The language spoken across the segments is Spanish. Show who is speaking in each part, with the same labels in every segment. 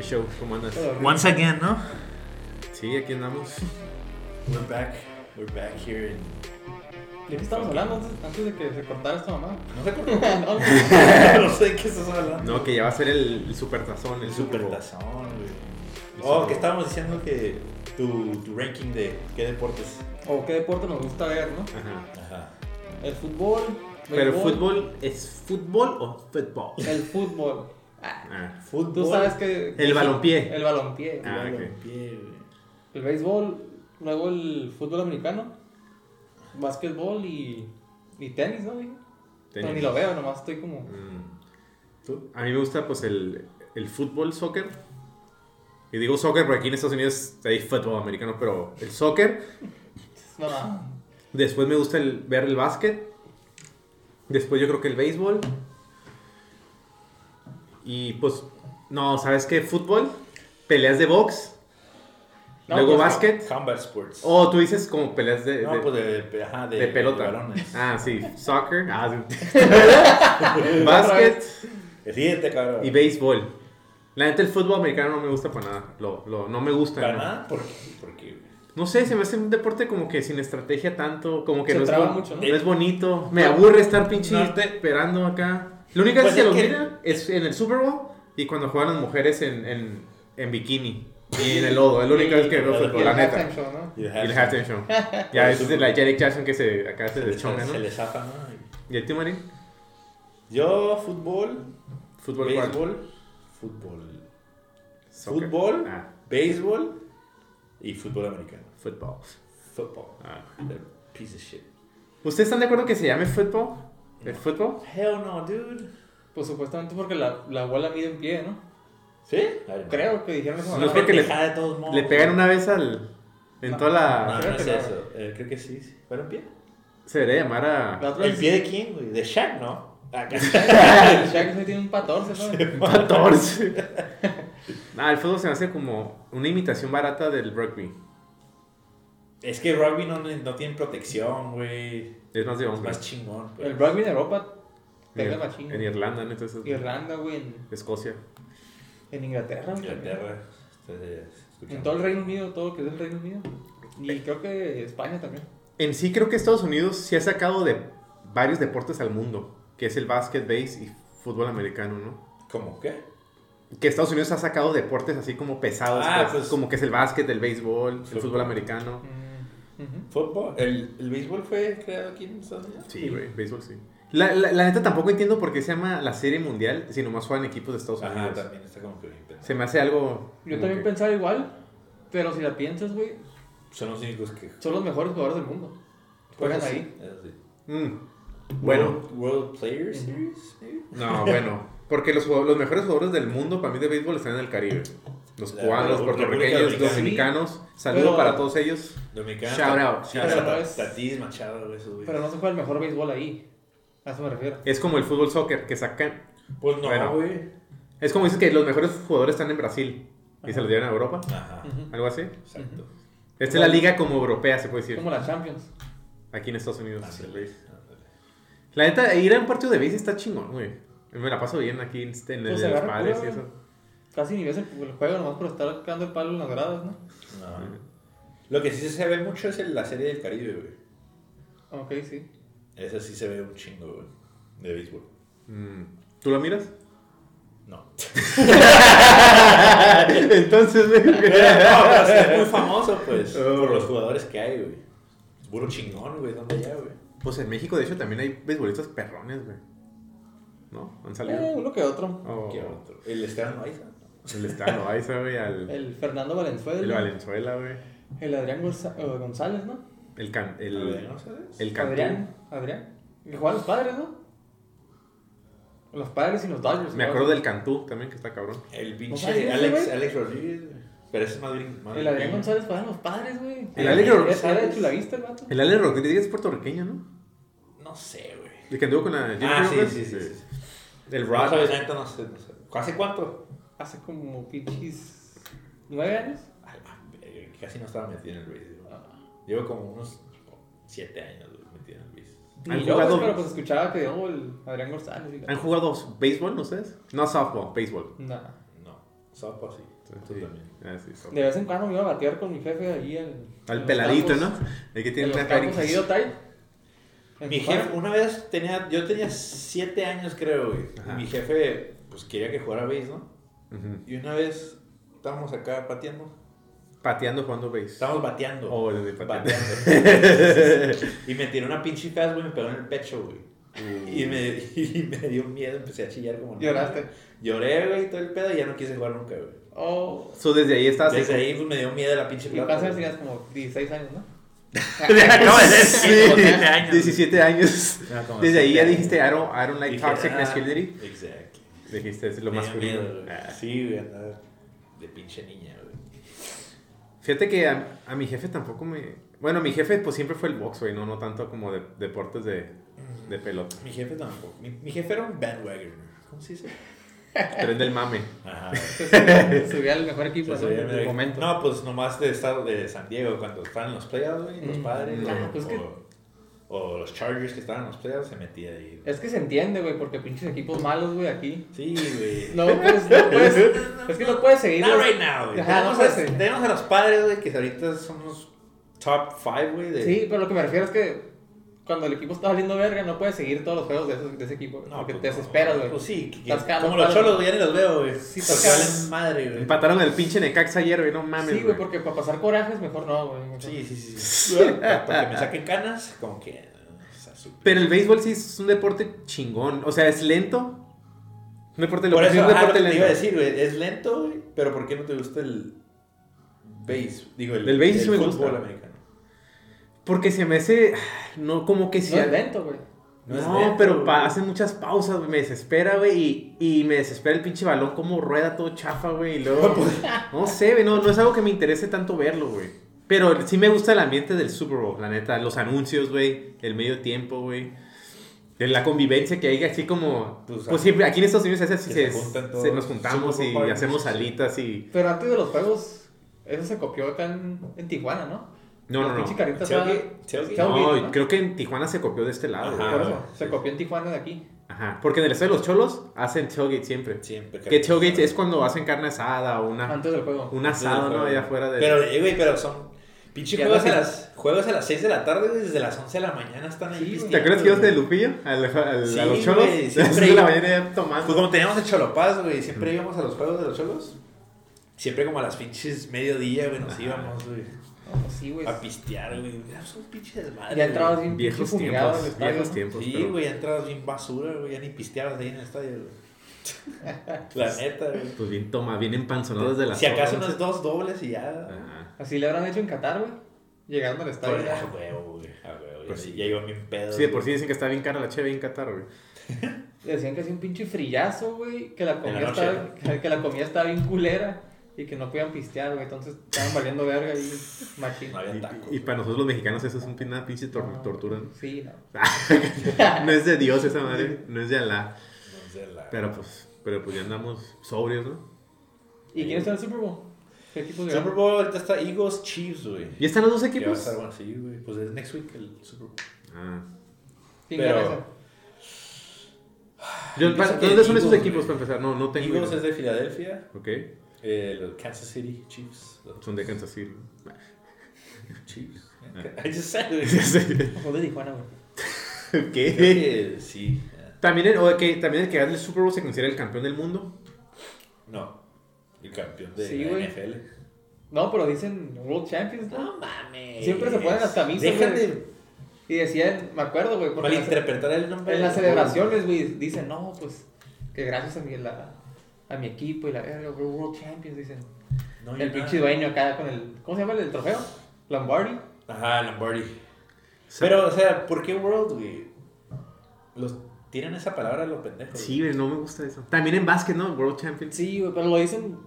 Speaker 1: Show, ¿cómo andas?
Speaker 2: Once again, ¿no?
Speaker 1: Sí, aquí andamos.
Speaker 3: We're back. We're back here. in-
Speaker 4: ¿De qué estábamos hablando antes, antes de que se cortara esta mamá?
Speaker 3: No sé por
Speaker 4: No,
Speaker 3: no sé de qué estás hablando.
Speaker 1: No, que ya va a ser el, el supertazón, el
Speaker 3: El
Speaker 1: Super Bowl.
Speaker 3: supertazón, güey.
Speaker 1: El Super
Speaker 3: Oh,
Speaker 1: Bowl.
Speaker 3: que estábamos diciendo que tu, tu ranking de qué deportes.
Speaker 4: O qué deporte nos gusta ver, ¿no?
Speaker 1: Ajá.
Speaker 3: Ajá.
Speaker 4: El fútbol.
Speaker 1: Pero
Speaker 4: béisbol,
Speaker 1: fútbol, ¿es fútbol o fútbol?
Speaker 4: El fútbol.
Speaker 1: Ah,
Speaker 3: Fútbol.
Speaker 4: Tú sabes que.
Speaker 1: El balompié.
Speaker 4: El balompié.
Speaker 1: Ah.
Speaker 3: balompié, güey.
Speaker 4: El béisbol. Luego el fútbol americano. Básquetbol y. Y tenis, ¿no? dije?
Speaker 1: tenis.
Speaker 4: No, ni lo veo, nomás estoy como.
Speaker 1: Mm.
Speaker 3: ¿Tú?
Speaker 1: A mí me gusta pues el, el fútbol, soccer. Y digo soccer porque aquí en Estados Unidos hay fútbol americano, pero el soccer.
Speaker 4: No, no.
Speaker 1: Después me gusta el, ver el básquet. Después yo creo que el béisbol. Y pues, no, ¿sabes qué? Fútbol, peleas de box.
Speaker 4: No,
Speaker 1: luego
Speaker 4: pues,
Speaker 1: básquet.
Speaker 3: Combat sports.
Speaker 1: O tú dices como peleas Oh, de, de,
Speaker 3: no, pues de, de- ajá, de,
Speaker 1: de pelota.
Speaker 3: de balones.
Speaker 1: ah, sí. Soccer. Ah, sí. básquet
Speaker 3: Ríete, cabrón.
Speaker 1: y béisbol. La neta, el fútbol americano no me gusta para nada. Lo, lo- no me gusta.
Speaker 3: ¿Para
Speaker 1: no.
Speaker 3: nada? ¿Por qué? ¿Por qué, güey?
Speaker 1: No sé, se me hace un deporte como que sin estrategia tanto, como que
Speaker 4: Se
Speaker 1: no es,
Speaker 4: traba
Speaker 1: bon-
Speaker 4: mucho, ¿no?
Speaker 1: es bonito. Me aburre estar pinche
Speaker 3: No.
Speaker 1: esperando acá. Lo único
Speaker 3: Pues
Speaker 1: que
Speaker 3: es
Speaker 1: lo
Speaker 3: que-
Speaker 1: mira es en el Super Bowl y cuando juegan las mujeres en, en, en bikini y en el lodo. Es la única
Speaker 4: Y-
Speaker 1: vez que veo
Speaker 3: y
Speaker 1: fútbol,
Speaker 4: Y
Speaker 1: la
Speaker 4: el
Speaker 1: neta.
Speaker 4: halftime show, ¿no?
Speaker 3: Y el
Speaker 1: Y el
Speaker 3: halftime.
Speaker 1: halftime show. Ya es de la Janet Jackson que se, acá se
Speaker 3: Se le-
Speaker 1: deschonga, ¿no?
Speaker 3: Se le zafa, ¿no?
Speaker 1: ¿Y el tío Marín?
Speaker 3: Yo, fútbol,
Speaker 1: Fútbol, ¿cuál?
Speaker 3: béisbol, fútbol,
Speaker 1: Soccer.
Speaker 3: fútbol,
Speaker 1: Ah,
Speaker 3: béisbol y fútbol americano.
Speaker 1: fútbol.
Speaker 3: Football.
Speaker 1: Ah.
Speaker 3: They're Piece of shit.
Speaker 1: ¿Ustedes están de acuerdo que se llame fútbol? ¿El fútbol?
Speaker 3: Hell no, dude.
Speaker 4: Pues supuestamente porque la, la abuela mide en pie, ¿no?
Speaker 3: ¿Sí?
Speaker 4: Creo que dijeron eso.
Speaker 1: No es
Speaker 4: ¿no?
Speaker 1: porque le-
Speaker 3: Pendejada de todos modos.
Speaker 1: Le pegan una vez al. En
Speaker 4: No.
Speaker 1: toda
Speaker 3: No,
Speaker 1: la.
Speaker 3: no,
Speaker 4: Creo
Speaker 3: es
Speaker 4: que no.
Speaker 3: eso. Eh, creo que sí. sí. ¿Pero en pie?
Speaker 1: Se debería llamar a.
Speaker 4: La otra
Speaker 3: ¿En
Speaker 4: vez.
Speaker 3: pie de quién, güey? ¿De Shaq, no? Ah,
Speaker 4: El Shaq sí tiene un 14, ¿no?
Speaker 1: 14. ah, el fútbol se me hace como una imitación barata del rugby.
Speaker 3: es que rugby no, no tiene protección, güey.
Speaker 1: Es más de
Speaker 3: Es
Speaker 1: hombre.
Speaker 3: más chingón. pues.
Speaker 4: El rugby en Europa pega
Speaker 1: en,
Speaker 4: machín.
Speaker 1: en Irlanda, ¿no? Entonces,
Speaker 4: Irlanda, güey. En,
Speaker 1: Escocia.
Speaker 4: en Inglaterra. güey.
Speaker 3: Inglaterra. ustedes escuchan.
Speaker 4: En todo el Reino Unido, todo lo que es el Reino Unido.
Speaker 1: Eh.
Speaker 4: Y creo que España también.
Speaker 1: En sí, creo que Estados Unidos sí ha sacado de varios deportes al mundo, que es el básquet, base y fútbol americano, ¿no?
Speaker 3: ¿Cómo qué?
Speaker 1: Que Estados Unidos ha sacado deportes así como pesados,
Speaker 3: Ah,
Speaker 1: pues,
Speaker 3: pues-
Speaker 1: como que es el básquet, el béisbol, el
Speaker 3: Fútbol.
Speaker 1: fútbol americano.
Speaker 4: Mm, ujú.
Speaker 3: ¿Fútbol? ¿El, el béisbol fue creado aquí en Estados Unidos?
Speaker 1: Sí, güey, béisbol sí. La, la- la neta tampoco entiendo por qué se llama la serie mundial si nomás juegan equipos de Estados
Speaker 3: Ajá,
Speaker 1: Unidos.
Speaker 3: también está como que bien pensado.
Speaker 1: Se me hace algo.
Speaker 4: Yo
Speaker 1: como
Speaker 4: también
Speaker 1: que-
Speaker 4: pensaba igual. Pero si la piensas, güey,
Speaker 3: Son los únicos que Pues,
Speaker 4: son los mejores jugadores del mundo.
Speaker 1: Pues
Speaker 4: Juegan ahí.
Speaker 3: Eso sí.
Speaker 1: Mm, Bueno,
Speaker 3: World, World Player
Speaker 4: Ujú.
Speaker 3: Series, maybe?
Speaker 1: no, bueno. Porque los, jugadores- los mejores jugadores del mundo para mí de béisbol están en el Caribe. Los
Speaker 3: La
Speaker 1: cubanos, los
Speaker 3: República
Speaker 1: puertorriqueños, los
Speaker 3: Dominicana.
Speaker 1: dominicanos. Saludo
Speaker 4: Pero-
Speaker 1: para todos ellos.
Speaker 3: Dominicana.
Speaker 1: Shout out,
Speaker 3: Sí,
Speaker 1: shout
Speaker 4: out.
Speaker 3: Tat- Tatís, Machado, güey, esos güey.
Speaker 4: Pero no se juega el mejor béisbol ahí. A eso me refiero.
Speaker 1: Es como el fútbol soccer que sacan.
Speaker 3: Pues no,
Speaker 1: Bueno.
Speaker 3: güey.
Speaker 1: Es como dices que los mejores jugadores están en Brasil y se los llevan a Europa.
Speaker 3: Ajá,
Speaker 4: Ujú.
Speaker 1: Algo así.
Speaker 3: exacto.
Speaker 1: Esta es la liga como europea, se puede decir.
Speaker 4: Como la Champions.
Speaker 1: Aquí en Estados Unidos. el
Speaker 3: Ándale,
Speaker 1: béis.
Speaker 3: ándale.
Speaker 1: La neta, ir a un partido de béis está chingón, güey. Me la paso bien aquí en, en el
Speaker 4: Pues
Speaker 1: de los
Speaker 4: agarra
Speaker 1: padres y
Speaker 4: pura-
Speaker 1: eso.
Speaker 4: Casi ni ves el, el juego nomás por estar cagando el palo en las gradas, ¿no?
Speaker 3: No. Lo que sí se ve mucho es el- la serie del Caribe, güey.
Speaker 4: Ok, sí.
Speaker 3: Esa sí se ve un chingo, güey. De béisbol.
Speaker 1: Mm. ¿Tú lo miras?
Speaker 3: No.
Speaker 1: Entonces, güey.
Speaker 3: No, pero sí es muy famoso, pues.
Speaker 1: Oh.
Speaker 3: Por los jugadores que hay, güey. Puro chingón, güey. ¿Dónde ya, güey?
Speaker 1: Pues en México, de hecho, también hay beisbolistas perrones, güey. ¿No? Han salido.
Speaker 4: Eh, uno que otro.
Speaker 1: O-
Speaker 3: ¿Qué otro? El Esteban Loaiza. ¿no?
Speaker 1: el Estado Loaiza, güey, al, el,
Speaker 4: El Fernando Valenzuela.
Speaker 1: Valenzuela, güey.
Speaker 4: El Adrián Gonza- eh, González, ¿no?
Speaker 1: El can, el,
Speaker 3: ¿No sabes?
Speaker 1: el Cantú.
Speaker 4: Adrián. Adrián. Que juegan los padres, ¿no? Los padres y los Dodgers.
Speaker 1: Me
Speaker 4: ¿no?
Speaker 1: acuerdo del Cantú también, que está cabrón.
Speaker 3: El
Speaker 4: ¿No
Speaker 3: pinche
Speaker 4: sabes,
Speaker 3: Alex,
Speaker 4: güey?
Speaker 3: Alex Rodríguez, güey. Pero ese es más bien. más
Speaker 4: El Adrián
Speaker 3: bien.
Speaker 4: González juegan los padres, güey.
Speaker 1: El Adrián González.
Speaker 4: Era de Chulavista el vato.
Speaker 1: El Ale Rodríguez es puertorriqueño, ¿no?
Speaker 3: No sé, güey.
Speaker 1: El que anduvo con la
Speaker 3: Ah,
Speaker 1: Jennifer
Speaker 3: sí,
Speaker 1: Lopez.
Speaker 3: sí, sí, sí.
Speaker 1: El
Speaker 3: No
Speaker 1: Rock.
Speaker 3: sabes, neta, no sé, no sé. ¿Hace cuánto?
Speaker 4: Hace como pinches. ¿Nueve años?
Speaker 3: Ay, Ah, verga, Casi no estaba metido en el béisbol. Llevo como unos siete años, güey, metido en el béisbol.
Speaker 1: Han
Speaker 4: Ni yo,
Speaker 1: jugado-
Speaker 4: güey, pero pues escuchaba que, oh, el Adrián González. y la-
Speaker 1: ¿Han jugado béisbol ustedes? No softball, béisbol.
Speaker 4: Nah.
Speaker 3: No. Sopa, sí. Tú
Speaker 1: Sí.
Speaker 3: también.
Speaker 1: Ah, sí, soccer.
Speaker 4: De vez en cuando me iba a batear con mi jefe ahí al.
Speaker 1: Al peladito, ¿no? El que tiene
Speaker 4: Tiene
Speaker 1: una
Speaker 4: campos
Speaker 1: cara.
Speaker 4: ahí de Otay. En
Speaker 3: Mi
Speaker 4: Tijuana.
Speaker 3: jefe, una vez tenía, yo tenía siete años creo, güey.
Speaker 1: Ajá.
Speaker 3: Y mi jefe, pues quería que jugara base, ¿no?
Speaker 1: Ujú.
Speaker 3: Y una vez estábamos acá pateando.
Speaker 1: Pateando jugando base.
Speaker 3: Estábamos bateando.
Speaker 1: Oh, desde pateando.
Speaker 3: Bateando. y me tiró una pinche fast, güey, me pegó en el pecho, güey. Y me, y me dio miedo, empecé a chillar como...
Speaker 4: Lloraste.
Speaker 3: Lloré, güey, todo el pedo y ya no quise jugar nunca, güey.
Speaker 4: Oh.
Speaker 1: So, desde ahí estabas.
Speaker 3: Desde ahí pues, me dio miedo la pinche
Speaker 4: Y "Ah,
Speaker 3: pelota,
Speaker 4: pasa
Speaker 3: güey.
Speaker 4: tenías como 16 años, ¿no?
Speaker 3: Acabo de
Speaker 1: Sí,
Speaker 3: decir, 17 años.
Speaker 1: 17 años.
Speaker 3: No, como
Speaker 1: Desde ahí ya
Speaker 3: 17
Speaker 1: dijiste, I don't, I don't like
Speaker 3: Dije,
Speaker 1: toxic
Speaker 3: ah,
Speaker 1: masculinity.
Speaker 3: Exacto.
Speaker 1: Dijiste, es lo
Speaker 3: Me dio
Speaker 1: masculino.
Speaker 3: miedo, güey.
Speaker 1: Ah, sí.
Speaker 3: Sí, güey, andaba de pinche niña, güey.
Speaker 1: Fíjate que a, a mi jefe tampoco me. Bueno, mi jefe pues siempre fue el box, güey, no, no tanto como de, deportes de, de pelota.
Speaker 3: Mi jefe tampoco. Mi, mi jefe era un bandwagoner. ¿Cómo se dice?
Speaker 1: Tren del mame.
Speaker 3: Ajá.
Speaker 4: Entonces, Subía al mejor equipo
Speaker 3: Pues,
Speaker 4: ¿no? en
Speaker 3: obviamente,
Speaker 4: el momento.
Speaker 3: No, pues nomás de estar de San Diego cuando estaban en los playoffs, güey, los
Speaker 4: Mm.
Speaker 3: padres.
Speaker 4: Ah,
Speaker 3: o,
Speaker 4: pues que-
Speaker 3: o- o los Chargers que estaban en los playoffs se metía ahí.
Speaker 4: Es que se entiende, güey, porque pinches equipos malos, güey, aquí.
Speaker 3: Sí, güey.
Speaker 4: No, pues, no puedes. es que no puedes seguir.
Speaker 3: Not
Speaker 4: los-
Speaker 3: right now, güey.
Speaker 4: Ajá,
Speaker 3: Tenemos,
Speaker 4: no
Speaker 3: a-
Speaker 4: sé.
Speaker 3: tenemos a los padres, güey, que ahorita son los top 5, güey. de-
Speaker 4: Sí, pero lo que me refiero es que cuando el equipo está valiendo verga, no puedes seguir todos los juegos de, esos- de ese equipo.
Speaker 3: No,
Speaker 4: porque
Speaker 3: pues,
Speaker 4: te
Speaker 3: no.
Speaker 4: desesperas, güey.
Speaker 3: Pues sí, que- que-
Speaker 4: Estás cagando
Speaker 3: como los
Speaker 4: palo.
Speaker 3: cholos, güey, ya ni los veo, güey.
Speaker 4: Sí, pues estás
Speaker 3: porque
Speaker 4: cagando.
Speaker 3: valen madre, güey.
Speaker 1: Empataron el pinche Necaxa ayer, güey, no mames.
Speaker 4: sí, güey, porque para pasar corajes mejor no, güey. mejor
Speaker 3: Sí, sí, sí. sí. Para para que me saquen canas, como que. o sea, súper.
Speaker 1: Pero el béisbol sí es un deporte chingón. O sea, es lento. Un deporte
Speaker 3: Por
Speaker 1: lo que sí
Speaker 3: eso
Speaker 1: es un
Speaker 3: ajá, lo
Speaker 1: deporte
Speaker 3: que te iba a
Speaker 1: lento.
Speaker 3: decir, güey. Es lento, güey. Pero ¿por qué no te gusta el base? Digo, el,
Speaker 1: El base sí me
Speaker 3: fútbol
Speaker 1: gusta.
Speaker 3: americano.
Speaker 1: Porque se me hace. No, como que
Speaker 4: no.
Speaker 1: si.
Speaker 4: No es lento, güey.
Speaker 1: No,
Speaker 3: es lento,
Speaker 1: pero pa-
Speaker 3: güey.
Speaker 1: hacen muchas pausas, güey. Me desespera, güey. Y, y me desespera el pinche balón como rueda todo chafa, güey. Y luego.
Speaker 3: pues.
Speaker 1: no sé, güey. No, no es algo que me interese tanto verlo, güey. Pero sí me gusta el ambiente del Super Bowl, la neta. Los anuncios, güey. El medio tiempo, güey. De la convivencia que hay, así como.
Speaker 3: Pues,
Speaker 1: Pues,
Speaker 3: ah,
Speaker 1: siempre, aquí en Estados Unidos se hace así:
Speaker 3: que se
Speaker 1: se-
Speaker 3: juntan
Speaker 1: se-
Speaker 3: todos.
Speaker 1: nos juntamos
Speaker 3: Super
Speaker 1: y
Speaker 3: Bowl parties.
Speaker 1: hacemos alitas y.
Speaker 4: Pero antes de los juegos, eso se copió acá en, en Tijuana, ¿no?
Speaker 1: No, no, no.
Speaker 4: Pinche carita
Speaker 3: Creo
Speaker 4: asada.
Speaker 3: que- creo que-
Speaker 4: Chao,
Speaker 1: No,
Speaker 4: güey, ¿no?
Speaker 1: creo que en Tijuana se copió de este lado, güey.
Speaker 3: Ajá.
Speaker 4: Por eso,
Speaker 3: güey.
Speaker 4: se copió en Tijuana de aquí.
Speaker 1: Ajá. Porque en el estadio de los cholos hacen tailgate siempre.
Speaker 3: Siempre.
Speaker 1: Que
Speaker 3: creo.
Speaker 1: tailgate es cuando hacen carne asada o una,
Speaker 4: Antes del juego.
Speaker 1: Ah. un asado, ¿no? Allá afuera de...
Speaker 3: Pero, eh, güey, pero son. Pinche
Speaker 4: Ya
Speaker 3: juegos a,
Speaker 4: no sé.
Speaker 3: las, juegos a las 6 de la tarde, güey, desde las 11 de la mañana están ahí.
Speaker 4: Sí, güey.
Speaker 1: ¿Te acuerdas que
Speaker 3: pisteando,
Speaker 1: ibas de
Speaker 3: güey.
Speaker 1: Lupillo? Al, al-
Speaker 3: Sí,
Speaker 1: a los cholos.
Speaker 3: güey,
Speaker 1: Las
Speaker 3: siempre
Speaker 1: seis de la
Speaker 3: iba.
Speaker 1: mañana ya
Speaker 3: Pues
Speaker 1: tomando.
Speaker 3: como teníamos el Cholopaz, güey, siempre íbamos a los juegos de los cholos. Siempre como a las pinches mediodía, güey, nos íbamos, güey.
Speaker 4: No, pues sí, güey.
Speaker 3: A pistear, güey. Ya son pinches desmadres.
Speaker 4: Ya entrabas
Speaker 3: güey.
Speaker 4: bien pinche
Speaker 1: Viejos
Speaker 4: fumigado al
Speaker 1: tiempos,
Speaker 4: estadio,
Speaker 1: viejos
Speaker 4: ¿no?
Speaker 1: tiempos.
Speaker 3: Sí,
Speaker 1: pero-
Speaker 3: güey, ya entrabas bien basura, güey. Ya ni pisteabas ahí en el estadio, güey. La neta, güey.
Speaker 1: Pues bien toma, bien empanzonado desde la...
Speaker 3: Si acaso
Speaker 1: no Ah.
Speaker 3: unas dos dobles y ya.
Speaker 1: Ajá.
Speaker 4: Así le habrán hecho en Qatar, güey. Llegando al
Speaker 3: Todo
Speaker 4: estadio.
Speaker 3: a
Speaker 4: ya.
Speaker 3: huevo, güey. A huevo.
Speaker 1: Pues
Speaker 3: ya,
Speaker 1: sí.
Speaker 3: ya iba bien pedo.
Speaker 1: Sí, de por sí dicen que está bien cara la cheve en Qatar, güey.
Speaker 4: Decían que hacía un pinche frillazo, güey. Que la
Speaker 3: la
Speaker 4: comida
Speaker 3: noche,
Speaker 4: estaba, que, que la comida estaba bien culera. Y que no podían pistear, güey. Entonces estaban valiendo verga y machín.
Speaker 3: No había tacos.
Speaker 1: Y, y para nosotros los mexicanos eso es un, una pinche tor- tortura. ¿no?
Speaker 4: Sí, no.
Speaker 1: No es de Dios esa madre, no es de Alá.
Speaker 3: Entonces, la...
Speaker 1: Pero pues, pero pues ya andamos sobrios, ¿no?
Speaker 4: ¿Y quién está en el Super Bowl? ¿Qué equipo de
Speaker 3: Super Bowl ahorita está Eagles Chiefs, güey.
Speaker 1: ¿Y están los dos
Speaker 3: Que va a
Speaker 1: equipos?
Speaker 3: estar bueno, sí, güey. Pues es next week el Super Bowl.
Speaker 1: Ah.
Speaker 4: ¿Quién gana
Speaker 3: Pero-
Speaker 4: esa?
Speaker 1: Yo,
Speaker 3: Yo
Speaker 1: para-
Speaker 3: sé que
Speaker 1: ¿Dónde son esos
Speaker 3: Eagles,
Speaker 1: equipos
Speaker 3: güey.
Speaker 1: para empezar? No, no tengo.
Speaker 3: Eagles
Speaker 1: idea.
Speaker 3: es de Filadelfia,
Speaker 1: Ok,
Speaker 3: eh, los Kansas City Chiefs. Los
Speaker 1: son de Kansas City.
Speaker 3: Chiefs.
Speaker 1: Ah.
Speaker 3: I just said it.
Speaker 4: Son de Tijuana, güey.
Speaker 1: ¿Qué?
Speaker 3: Creo que sí. eh,
Speaker 1: También el, o que, también el que gane el Super Bowl se considera el campeón del mundo.
Speaker 3: No. El campeón de
Speaker 4: Sí,
Speaker 3: la
Speaker 4: güey.
Speaker 3: NFL.
Speaker 4: No, pero dicen World Champions, ¿no?
Speaker 3: mames.
Speaker 4: Siempre se ponen las camisas,
Speaker 3: Dejan
Speaker 4: güey.
Speaker 3: Eh, de
Speaker 4: Y decían, me acuerdo, güey, porque en las-
Speaker 3: malinterpretar el
Speaker 4: en
Speaker 3: nombre. del
Speaker 4: las
Speaker 3: juego.
Speaker 4: celebraciones, güey, dicen, no, pues, que gracias a mi, la- a mi equipo y la verga, güey, World Champions, dicen.
Speaker 3: No,
Speaker 4: El
Speaker 3: ya
Speaker 4: pinche
Speaker 3: nada.
Speaker 4: dueño acá con el, ¿cómo se llama el trofeo? Lombardi.
Speaker 3: Ajá, Lombardi. Pero, o sea, ¿por qué World, güey? Los tiran esa palabra a los pendejos.
Speaker 1: Sí, güey, no me gusta eso. También en básquet, ¿no? World Champions.
Speaker 4: Sí, güey, pero lo dicen,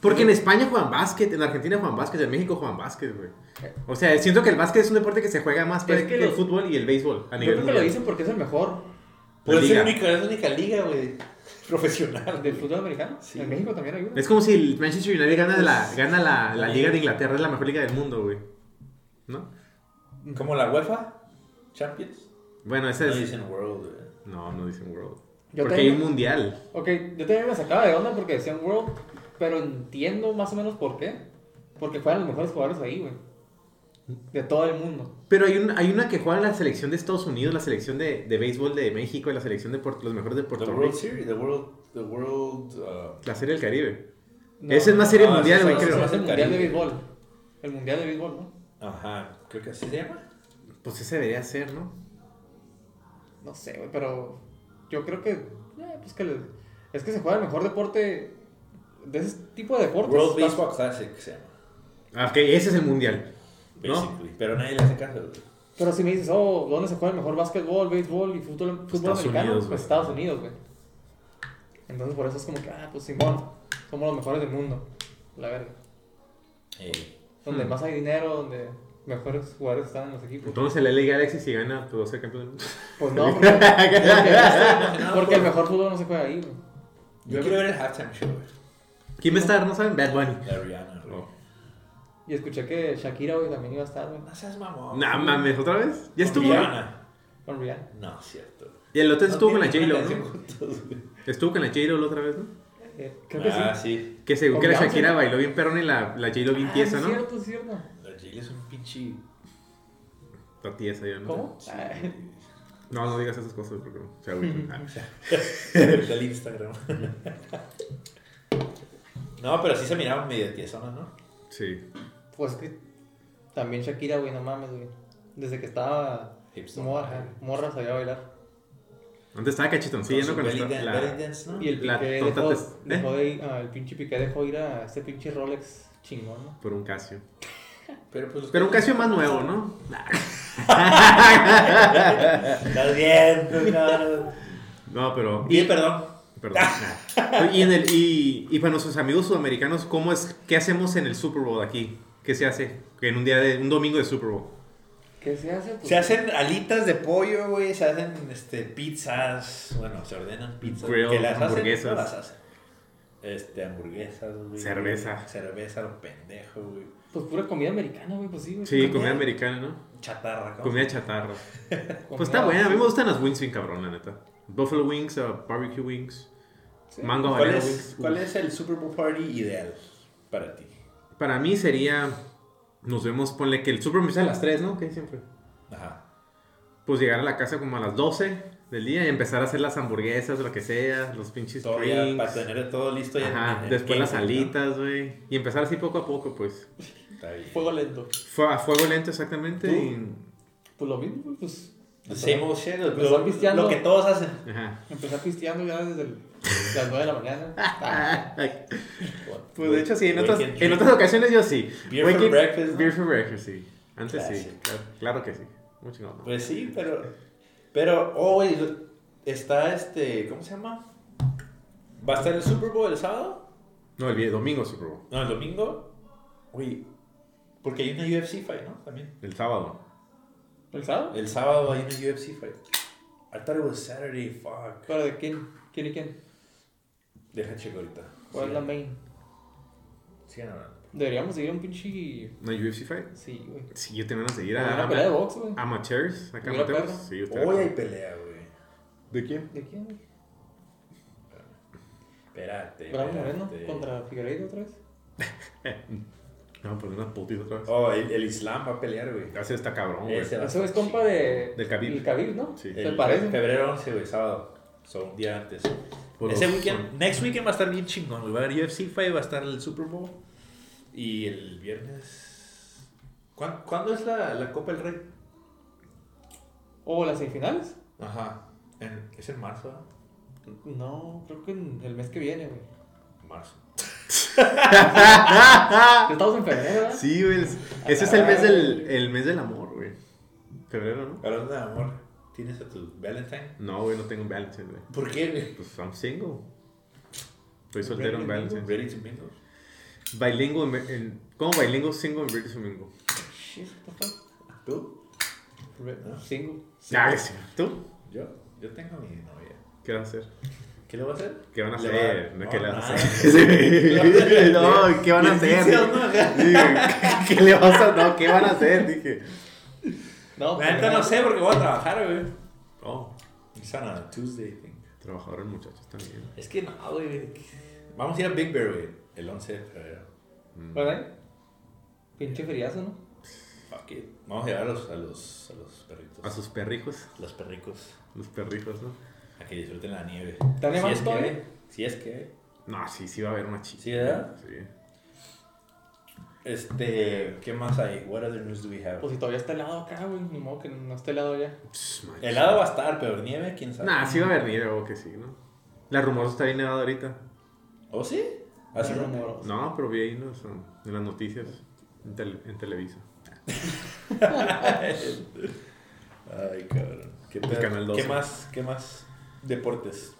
Speaker 1: Porque en España juegan básquet, en Argentina juegan básquet, en México juegan básquet, güey. O sea, siento que el básquet es un deporte que se juega más
Speaker 4: Es
Speaker 1: que,
Speaker 4: que
Speaker 1: el
Speaker 4: lo-
Speaker 1: fútbol y el béisbol a nivel
Speaker 4: yo creo que lo
Speaker 1: mundial.
Speaker 4: dicen porque es el mejor
Speaker 3: Pues
Speaker 1: La
Speaker 3: es, la
Speaker 1: liga.
Speaker 3: única, es la única liga, güey, profesional.
Speaker 4: del fútbol americano.
Speaker 3: Sí.
Speaker 4: En México también hay uno.
Speaker 1: Ah, Es como si el Manchester United gana la, gana la, la Liga de Inglaterra, es la mejor liga del mundo, güey. ¿No?
Speaker 3: Como la UEFA Champions.
Speaker 1: Bueno, esa
Speaker 3: No
Speaker 1: es.
Speaker 3: dicen World, eh. güey.
Speaker 1: No, no dicen World.
Speaker 4: Yo
Speaker 1: Porque
Speaker 4: tengo-
Speaker 1: hay un mundial.
Speaker 4: Ok, yo también me sacaba de onda porque decían World Pero entiendo más o menos por qué. Porque fueron los mejores jugadores ahí, güey. De todo el mundo.
Speaker 1: Pero hay, un- hay una que juega en la selección de Estados Unidos, la selección de, de béisbol de México y la selección de Puerto- los mejores de
Speaker 3: The
Speaker 1: Puerto
Speaker 3: World
Speaker 1: Rico.
Speaker 3: Series, The World, the world uh,
Speaker 1: La serie del Caribe.
Speaker 4: No,
Speaker 1: Esa es más serie
Speaker 3: no,
Speaker 1: mundial,
Speaker 3: esa
Speaker 1: güey,
Speaker 3: es-
Speaker 1: creo.
Speaker 4: ese es el mundial de
Speaker 3: Caribe.
Speaker 4: béisbol. El mundial de béisbol, ¿no?
Speaker 3: Ajá, creo que así se llama.
Speaker 1: Pues ese debería ser, ¿no?
Speaker 4: No sé, güey, pero yo creo que. eh, pues que le- es que se juega el mejor deporte. De ese tipo de deportes.
Speaker 3: World
Speaker 4: Estás-
Speaker 3: Baseball Classic se llama.
Speaker 1: Ah, ok, ese es el mundial. ¿No?
Speaker 3: Basically. Pero nadie le hace caso. güey.
Speaker 4: Pero si me dices, oh, ¿dónde se juega el mejor básquetbol, béisbol y fútbol, fútbol
Speaker 1: Estados
Speaker 4: americano?
Speaker 1: Unidos,
Speaker 4: pues
Speaker 1: güey.
Speaker 4: Estados Unidos, güey. Entonces por eso es como que, ah, pues Simón, somos los mejores del mundo. La verga.
Speaker 3: Ey.
Speaker 4: Donde
Speaker 1: Hmm.
Speaker 4: más hay dinero, donde mejores jugadores están en los equipos.
Speaker 1: Entonces la LA Galaxy si gana, pues va a ser campeón del mundo.
Speaker 4: Pues no, porque, porque- porque el mejor fútbol no se juega ahí, güey.
Speaker 3: Yo quiero ver el halftime show, güey.
Speaker 1: ¿Quién va a estar? ¿No saben? Bad Bunny.
Speaker 3: La Rihanna, güey.
Speaker 1: No.
Speaker 4: Y escuché que Shakira, güey, también iba a estar, güey,
Speaker 3: No seas mamón.
Speaker 1: Nah, mames, ¿otra vez? ¿Ya estuvo?
Speaker 3: Rihanna.
Speaker 4: con Rihanna.
Speaker 3: No, cierto.
Speaker 1: Y el otro estuvo con la
Speaker 3: tienen
Speaker 1: J-Lo,
Speaker 3: una
Speaker 1: ¿no?
Speaker 3: canción juntos, güey.
Speaker 1: Estuvo con la J-Lo la otra vez, ¿no?
Speaker 4: Eh, creo que
Speaker 3: Ah,
Speaker 4: sí.
Speaker 3: sí.
Speaker 1: Que según que la
Speaker 4: Con
Speaker 1: Shakira
Speaker 4: Beyoncé.
Speaker 1: bailó bien perrón y la, la J-Lo bien
Speaker 4: Ah,
Speaker 1: tiesa,
Speaker 4: es
Speaker 1: ¿no?
Speaker 4: cierto, es cierto.
Speaker 3: La J-Lo es un pinche.
Speaker 1: Está tiesa ya, ¿no?
Speaker 4: ¿Cómo?
Speaker 3: Sí.
Speaker 4: Ah,
Speaker 1: No, no digas esas cosas porque no. se agüitan. Ah.
Speaker 3: Del Instagram. No, pero sí se miraban medio tiesonas, ¿no?
Speaker 1: Sí.
Speaker 4: Pues que también Shakira, güey, no mames, güey. Desde que estaba
Speaker 3: Hipster.
Speaker 4: morra, morra sabía bailar.
Speaker 1: Antes estaba cachetoncilla, ¿no?
Speaker 3: Con
Speaker 1: Con
Speaker 3: belly
Speaker 1: esta-
Speaker 3: dan- belly
Speaker 1: la...
Speaker 3: dance, ¿no?
Speaker 4: Y el
Speaker 1: La ¿eh?
Speaker 4: piqué
Speaker 1: tonta
Speaker 4: dejó,
Speaker 1: tes-
Speaker 4: dejó de ir- ah, el pinche piqué dejó ir a este pinche Rolex chingón, ¿no?
Speaker 1: Por un Casio.
Speaker 3: Pero, pues,
Speaker 1: Pero un Casio más nuevo, ¿no? Nah.
Speaker 3: Estás bien, pues, no.
Speaker 1: No, pero...
Speaker 3: Y perdón.
Speaker 1: Perdón. nah. Y, en el, y, y para nuestros amigos sudamericanos, ¿cómo es? ¿Qué hacemos en el Super Bowl aquí? ¿Qué se hace? En un día de... Un domingo de Super Bowl.
Speaker 4: ¿Qué se hace? Pues,
Speaker 3: Se hacen alitas de pollo, güey. Se hacen este, pizzas. Bueno, se ordenan pizzas.
Speaker 1: Grill,
Speaker 3: que las hacen,
Speaker 1: hamburguesas.
Speaker 3: no las hacen. Este, hamburguesas, güey.
Speaker 1: Cerveza.
Speaker 3: Cerveza, los pendejos, güey.
Speaker 4: Pues pura comida americana, güey, pues sí, güey.
Speaker 1: Sí, comida americana, ¿no?
Speaker 3: Chatarra, ¿cómo?
Speaker 1: Comida chatarra.
Speaker 4: Comida-
Speaker 1: Pues está buena. A mí me gustan las wings bien cabrón, la neta. Buffalo wings, uh, barbecue wings,
Speaker 4: Sí.
Speaker 1: mango
Speaker 3: ¿Cuál
Speaker 1: habanero wings.
Speaker 3: es, ¿Cuál
Speaker 1: Uf.
Speaker 3: es el Super Bowl Party ideal para ti?
Speaker 1: Para mí sería... Nos vemos, ponle que el Super Bowl empieza a las 3, ¿no? Que siempre.
Speaker 3: Ajá.
Speaker 1: pues llegar a la casa como a las 12 del día y empezar a hacer las hamburguesas, lo que sea, los pinches
Speaker 3: Todo ya,
Speaker 1: drinks.
Speaker 3: para tener todo listo ya. en-
Speaker 1: Ajá,
Speaker 3: en
Speaker 1: después
Speaker 3: el
Speaker 1: las
Speaker 3: cable, ¿no?
Speaker 1: alitas, güey. Y empezar así poco a poco, pues.
Speaker 3: Está bien.
Speaker 4: Fuego lento.
Speaker 1: Fue a fuego lento exactamente. y-
Speaker 4: Pues lo mismo, güey, pues.
Speaker 3: The same old shit, lo,
Speaker 4: Pues están pisteando.
Speaker 3: lo que todos hacen.
Speaker 1: Ajá.
Speaker 4: Empecé pisteando ya desde el- las 9 de la mañana. Ah,
Speaker 1: Pues de hecho sí, en
Speaker 3: Wake
Speaker 1: otras,
Speaker 3: and
Speaker 1: en
Speaker 3: drink.
Speaker 1: otras ocasiones yo sí.
Speaker 3: Beer
Speaker 1: Wake
Speaker 3: for
Speaker 1: and-
Speaker 3: breakfast, ¿no?
Speaker 1: Beer for breakfast, sí. Antes sí,
Speaker 3: Classic.
Speaker 1: claro, claro que sí. Muy chingón. ¿no?
Speaker 3: Pues sí, pero. Pero, oh, güey, está este. ¿Cómo se llama? ¿Va a estar el Super Bowl el sábado?
Speaker 1: No, el vi- domingo Super Bowl,
Speaker 3: No, el domingo. Güey. Porque hay una UFC fight, ¿no? También.
Speaker 1: el sábado.
Speaker 4: ¿El sábado?
Speaker 3: El sábado hay una UFC fight. I thought it was Saturday, fuck.
Speaker 4: ¿Pero de quién? ¿Quién y quién?
Speaker 3: Deja checo ahorita.
Speaker 4: ¿Cuál es la main?
Speaker 3: Sigan hablando.
Speaker 4: Deberíamos ir a un pinche.
Speaker 1: ¿No hay UFC fight?
Speaker 4: Sí, güey.
Speaker 1: Sí, yo tengo ganas de ir a,
Speaker 4: Una pelea de box, güey.
Speaker 1: Ah. amateurs. Acá
Speaker 4: Mira,
Speaker 1: amateurs.
Speaker 4: perro.
Speaker 1: Sí, yo
Speaker 3: Hoy hay
Speaker 1: tengo-
Speaker 3: pelea, güey.
Speaker 1: ¿De quién?
Speaker 4: ¿De quién?
Speaker 3: Espérate.
Speaker 4: Bravo
Speaker 1: Este,
Speaker 4: Moreno
Speaker 3: espérate.
Speaker 4: contra Figueiredo otra vez.
Speaker 1: No, pero una putita otra vez.
Speaker 3: Oh, el, el Islam va a pelear, güey.
Speaker 1: Hace está cabrón, güey.
Speaker 3: Ese va a
Speaker 4: Eso es
Speaker 3: estar
Speaker 4: compa de...
Speaker 1: Del Khabib.
Speaker 4: El Khabib, ¿no?
Speaker 1: Sí.
Speaker 4: Se
Speaker 3: El
Speaker 4: parece.
Speaker 3: Febrero 11, güey, sábado. So, un día antes.
Speaker 1: Por
Speaker 3: Ese
Speaker 1: los-
Speaker 3: weekend, next weekend va a estar bien chingón, güey. Va a haber UFC Fight, va a estar el Super Bowl. Y el viernes. ¿Cuán- ¿Cuándo, es la, la Copa del Rey?
Speaker 4: ¿O las semifinales?
Speaker 3: Ajá. En- es en marzo. ¿verdad?
Speaker 4: No, creo que en el mes que viene, güey.
Speaker 3: Marzo.
Speaker 4: Estamos en febrero, ¿verdad?
Speaker 1: Ah. Sí, güey. es- Ese es el mes del, el mes del amor, güey. Febrero, ¿no?
Speaker 3: Hablando de amor, ¿tienes a tu Valentine?
Speaker 1: No, güey, no tengo un balance, güey.
Speaker 3: ¿Por qué, güey?
Speaker 1: Pues I'm single. Estoy soltero en balance.
Speaker 3: Ready to mingle.
Speaker 1: Bailingo en, en- ¿Cómo bailingo single en British Domingo?
Speaker 4: Shit, what the fuck?
Speaker 3: ¿Tú?
Speaker 4: Re- Single.
Speaker 1: Ah, sí. ¿Tú?
Speaker 3: Yo. Yo tengo mi novia.
Speaker 1: ¿Qué vas a hacer?
Speaker 3: ¿Qué le voy a hacer?
Speaker 1: ¿Qué van a
Speaker 3: Le
Speaker 1: hacer?
Speaker 3: va-
Speaker 1: No, ¿Qué
Speaker 3: no,
Speaker 1: le vas a
Speaker 3: nada.
Speaker 1: hacer? Sí. No, ¿qué van a
Speaker 3: Bien
Speaker 1: hacer?
Speaker 3: vicios, ¿no? Acá.
Speaker 1: Sí, güey. ¿Qué le vas a No, ¿qué van a hacer? Dije.
Speaker 4: No, pues,
Speaker 3: La neta no sé porque voy a trabajar, güey.
Speaker 1: Oh,
Speaker 3: It's on a Tuesday, I think.
Speaker 1: trabajadores muchachos también.
Speaker 3: Es que no, güey. Vamos a ir a Big Bear, güey. El 11 de febrero. Mm,
Speaker 4: ¿Verdad? pues, Pinche feriazo, ¿no?
Speaker 3: fuck it. Vamos a llevar a los, a los, a los perritos.
Speaker 1: A sus perrijos.
Speaker 3: Los perricos.
Speaker 1: Los perrijos, ¿no?
Speaker 3: A que disfruten la nieve.
Speaker 4: ¿Está nevando
Speaker 3: si es
Speaker 4: todavía?
Speaker 3: que, si es que.
Speaker 1: No, sí, sí va a haber una chica.
Speaker 3: Sí, ¿verdad?
Speaker 1: Sí.
Speaker 3: Este, ¿qué más hay? What other news do we have?
Speaker 4: Pues si todavía está helado acá, güey. Ni modo que no esté helado ya.
Speaker 1: Pss, man.
Speaker 3: Helado va a estar, pero nieve, quién sabe.
Speaker 4: Ah.
Speaker 1: Nah, sí va a haber nieve, o que sí, ¿no? La rumorosa está bien nevada ahorita.
Speaker 3: ¿O ¿Oh, sí? Hace
Speaker 4: Está
Speaker 3: rumor.
Speaker 4: rumoroso.
Speaker 1: Ah, No, pero vi ahí ¿no? Son- en las noticias, en, tel- en Televisa.
Speaker 3: Ay, cabrón. ¿Qué,
Speaker 1: El
Speaker 3: pedo?
Speaker 1: canal
Speaker 3: ¿Qué
Speaker 1: 12.
Speaker 3: más? ¿Qué más? Deportes.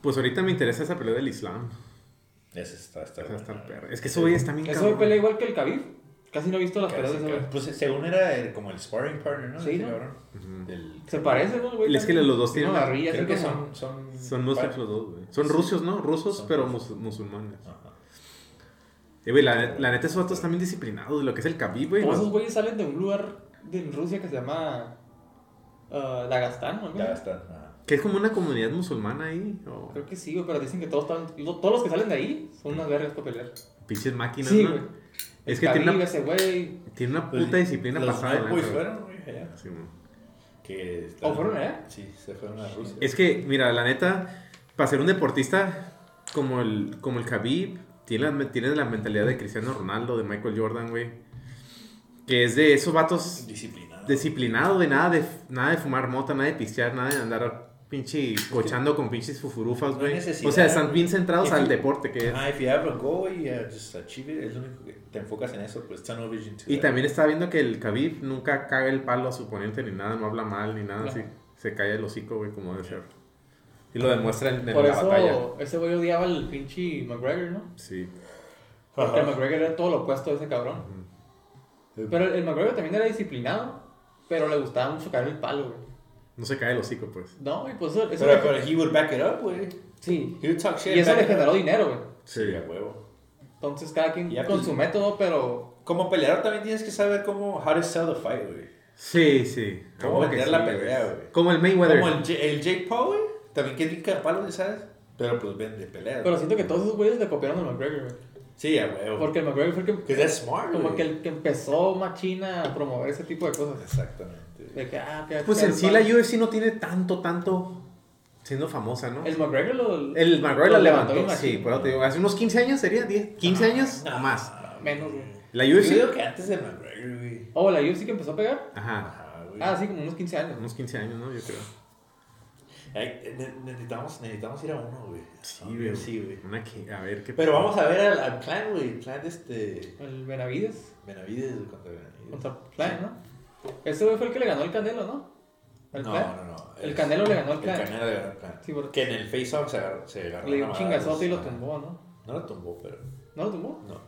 Speaker 1: Pues ahorita me interesa esa pelea del Islam.
Speaker 3: Ese está, está.
Speaker 1: Esa
Speaker 3: bueno.
Speaker 1: está perra. Es que eso hoy está bien
Speaker 4: Eso
Speaker 1: cabrón.
Speaker 4: me pelea igual que el Khabib. Casi no he visto las
Speaker 3: Casi,
Speaker 4: peleas de ese güey.
Speaker 3: cabrón. Pues según era el- como el sparring partner, ¿no?
Speaker 4: Sí,
Speaker 3: Ese
Speaker 4: ¿no?
Speaker 3: cabrón.
Speaker 1: Ujú.
Speaker 3: Del-
Speaker 4: Se parece, ¿no, güey?
Speaker 1: Es que los dos tienen
Speaker 4: Una
Speaker 1: la-
Speaker 4: barrilla,
Speaker 3: Creo
Speaker 4: así
Speaker 3: que
Speaker 4: como-
Speaker 3: son. Son,
Speaker 1: Son muslims los dos, güey. Son rusos, ¿no? Rusos,
Speaker 3: Son
Speaker 1: pero
Speaker 3: rusos.
Speaker 1: mus- musulmanes.
Speaker 3: Ajá.
Speaker 1: Eh, güey, la, la neta, esos vatos están bien disciplinados. Lo que es el Khabib, güey.
Speaker 4: Todos
Speaker 1: los-
Speaker 4: esos güeyes salen de un lugar de en Rusia que se llama ah, Dagastán, ¿no?
Speaker 3: Ya está. ajá.
Speaker 1: Que es como una comunidad musulmana ahí. O
Speaker 4: Creo que sí, güey, pero dicen que todos, están- lo- todos los que salen de ahí son unas vergas para pelear.
Speaker 1: pinches máquinas,
Speaker 4: Sí,
Speaker 1: ¿no?
Speaker 4: güey.
Speaker 1: Es que tiene
Speaker 4: Khabib,
Speaker 1: una,
Speaker 4: ese güey.
Speaker 1: tiene una
Speaker 3: Pues,
Speaker 1: puta disciplina
Speaker 3: los
Speaker 1: pasada. de
Speaker 3: Bad
Speaker 1: lanza,
Speaker 3: Boys
Speaker 1: güey.
Speaker 3: fueron, güey, allá.
Speaker 1: Sí, güey.
Speaker 3: Que
Speaker 4: ¿O fueron allá?
Speaker 3: Sí, se fueron a Rusia.
Speaker 1: Es que, mira, la neta, para ser un deportista como el, como el Khabib, tiene la, tiene la mentalidad de Cristiano Ronaldo, de Michael Jordan, güey. Que es de esos vatos
Speaker 3: Disciplinado.
Speaker 1: disciplinados, de nada de, nada de fumar mota, nada de pistear, nada de andar pinche cochando con pinches fufurufas,
Speaker 3: No
Speaker 1: güey.
Speaker 3: necesidad,
Speaker 1: o sea, están bien centrados
Speaker 3: Es
Speaker 1: al
Speaker 3: que-
Speaker 1: deporte que es.
Speaker 3: Ah, if you have a goal, you uh, just achieve it. Es lo único que te enfocas en eso, pues tunnel vision to
Speaker 1: Y
Speaker 3: that.
Speaker 1: también está viendo que el Khabib nunca caga el palo a su oponente ni nada, no habla mal ni nada,
Speaker 4: Ajá.
Speaker 1: así. Se cae el hocico, güey, como debe ser. Y lo demuestra en, en
Speaker 4: Por
Speaker 1: la
Speaker 4: eso
Speaker 1: batalla.
Speaker 4: ese güey odiaba al pinche McGregor, ¿no?
Speaker 1: Sí.
Speaker 4: Porque el
Speaker 3: Ajá.
Speaker 4: McGregor era todo lo opuesto a ese cabrón. Pero el, el McGregor también era disciplinado, pero le gustaba mucho caer el palo, güey.
Speaker 1: No se cae el hocico, pues.
Speaker 4: No, y pues eso, eso
Speaker 3: Pero,
Speaker 4: le-
Speaker 3: pero he would back it up, güey.
Speaker 4: sí.
Speaker 3: He would talk shit.
Speaker 4: Y eso
Speaker 3: back
Speaker 4: le
Speaker 3: it up.
Speaker 4: generó dinero, güey.
Speaker 3: Sí, a huevo.
Speaker 4: Entonces cada quien
Speaker 3: Ya,
Speaker 4: con
Speaker 3: pues-
Speaker 4: su método, pero
Speaker 3: Como peleador también tienes que saber cómo, how to sell the fight, güey.
Speaker 1: Sí, sí.
Speaker 3: Cómo
Speaker 1: Como que
Speaker 3: vender
Speaker 1: sí,
Speaker 3: la
Speaker 1: güey.
Speaker 3: pelea, güey.
Speaker 1: Como el Mayweather.
Speaker 3: Como el, J- el Jake Paul, güey. También que pica palos, ¿sabes? Pero pues vende pelea.
Speaker 4: pero
Speaker 3: güey.
Speaker 4: siento que todos esos güeyes le copiaron al McGregor, güey.
Speaker 3: Sí, a huevo.
Speaker 4: Porque el McGregor fue el que
Speaker 3: Porque that's smart,
Speaker 4: Como
Speaker 3: güey.
Speaker 4: que el que empezó Machina a promover ese tipo de cosas.
Speaker 3: Exactamente. güey.
Speaker 4: De que, ah, que-
Speaker 1: Pues
Speaker 4: que
Speaker 1: en
Speaker 4: el
Speaker 1: sí
Speaker 4: pan-
Speaker 1: la UFC no tiene tanto, tanto siendo famosa, ¿no?
Speaker 4: El McGregor lo.
Speaker 1: El McGregor la
Speaker 4: lo
Speaker 1: levantó,
Speaker 4: bien
Speaker 1: sí,
Speaker 4: machín.
Speaker 1: por eso te digo. Hace unos 15 años sería, 10, 15 años o
Speaker 3: No,
Speaker 1: más.
Speaker 4: Menos, güey.
Speaker 1: La
Speaker 3: Ah, Yo
Speaker 1: UFC.
Speaker 3: digo que antes de McGregor, güey.
Speaker 4: Oh, la UFC que empezó a pegar.
Speaker 1: Ajá.
Speaker 3: Ajá, güey.
Speaker 4: Ah, sí, como unos 15 años.
Speaker 1: Unos 15 años, ¿no? Yo creo.
Speaker 3: Ay, ne- necesitamos, necesitamos ir a uno, güey. A un UFC, güey.
Speaker 1: Una que- a ver qué.
Speaker 3: Pero vamos a ver al, al plan, güey. El plan de este.
Speaker 4: El Benavides
Speaker 3: Benavides güey, contra Benavides.
Speaker 4: contra Plan, ¿no? Ese güey fue el que le ganó el Canelo, ¿no? El
Speaker 3: no,
Speaker 4: Plan.
Speaker 3: no, no.
Speaker 4: El Canelo le ganó al Plan.
Speaker 3: El Canelo le ganó al plan.
Speaker 4: Sí, porque-
Speaker 3: Que en el face-off se agarró. Se agarró
Speaker 4: Le dio un
Speaker 3: a
Speaker 4: chingazote y lo
Speaker 3: madrazos.
Speaker 4: tumbó, ¿no?
Speaker 3: No lo tumbó, pero.
Speaker 4: ¿No lo tumbó?
Speaker 3: No.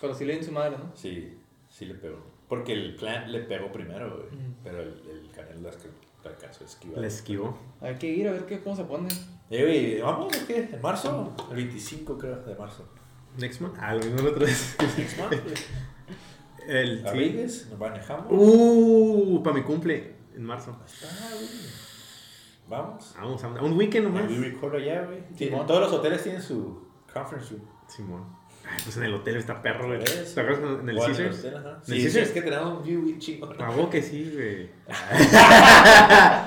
Speaker 4: Pero sí le dio en su madre, ¿no?
Speaker 3: Sí, sí le pegó. Porque el plan le pegó primero, güey.
Speaker 4: Ujú.
Speaker 3: Pero el, el Canelo las que la alcanzó a esquivar.
Speaker 1: La esquivó.
Speaker 4: Hay que ir a ver qué, cómo se pone.
Speaker 3: Eh, güey, vamos, ¿de qué? ¿En marzo? El 25, creo, de marzo.
Speaker 1: Next month. Ah, lo mismo la otra vez.
Speaker 3: Next month,
Speaker 1: pues,
Speaker 3: güey.
Speaker 1: El.
Speaker 3: A
Speaker 1: sí.
Speaker 3: Vegas, nos manejamos.
Speaker 1: Uh, para mi cumple. En marzo.
Speaker 3: Ahí está, güey. Vamos.
Speaker 1: Vamos, a un weekend nomás.
Speaker 3: We record allá, güey. Tiene-
Speaker 4: Simón.
Speaker 3: Todos los hoteles tienen su conference room.
Speaker 1: Simón. Ay, pues en el hotel está perro, güey.
Speaker 3: ¿Ves?
Speaker 1: ¿Te acuerdas en el
Speaker 3: O
Speaker 1: Caesars?
Speaker 3: hotel, ajá.
Speaker 1: ¿En el Ah,
Speaker 3: Sí, sí,
Speaker 1: Caesars?
Speaker 3: es que tenemos un view bien chingón.
Speaker 1: Pagó que sí, güey.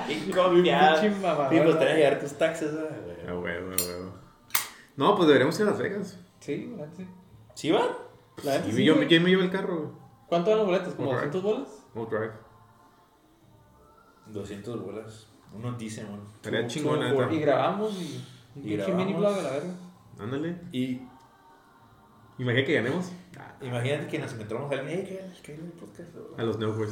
Speaker 3: Bien confiado.
Speaker 4: Pinche mamador.
Speaker 3: Y pues tenés que llevar tus taxes, ¿verdad,
Speaker 1: A
Speaker 3: güey.
Speaker 1: huevo, a huevo. No, pues deberíamos ir a Las Vegas.
Speaker 4: Sí, la neta sí.
Speaker 3: ¿Sí van?
Speaker 4: La neta
Speaker 1: Y
Speaker 4: sí,
Speaker 1: yo,
Speaker 4: güey.
Speaker 1: yo me llevo el carro, güey.
Speaker 4: ¿Cuánto eran los boletos? ¿Como
Speaker 1: Ojalá.
Speaker 4: 200 bolas?
Speaker 1: All drive.
Speaker 3: 200 bolas. Uno dicen, uno.
Speaker 1: Estaría
Speaker 3: Two-
Speaker 1: chingón,
Speaker 3: two
Speaker 1: la
Speaker 3: for-
Speaker 1: neta.
Speaker 4: Y grabamos y. Un
Speaker 3: Y
Speaker 4: pinche
Speaker 3: grabamos.
Speaker 4: mini blog a la verga.
Speaker 1: Ándale.
Speaker 3: Y
Speaker 1: Imagina que ganemos.
Speaker 3: imagínate que nos encontramos a alguien. "Hey, ¿qué tal? ¿Qué tal el podcast?
Speaker 1: A los no, güey.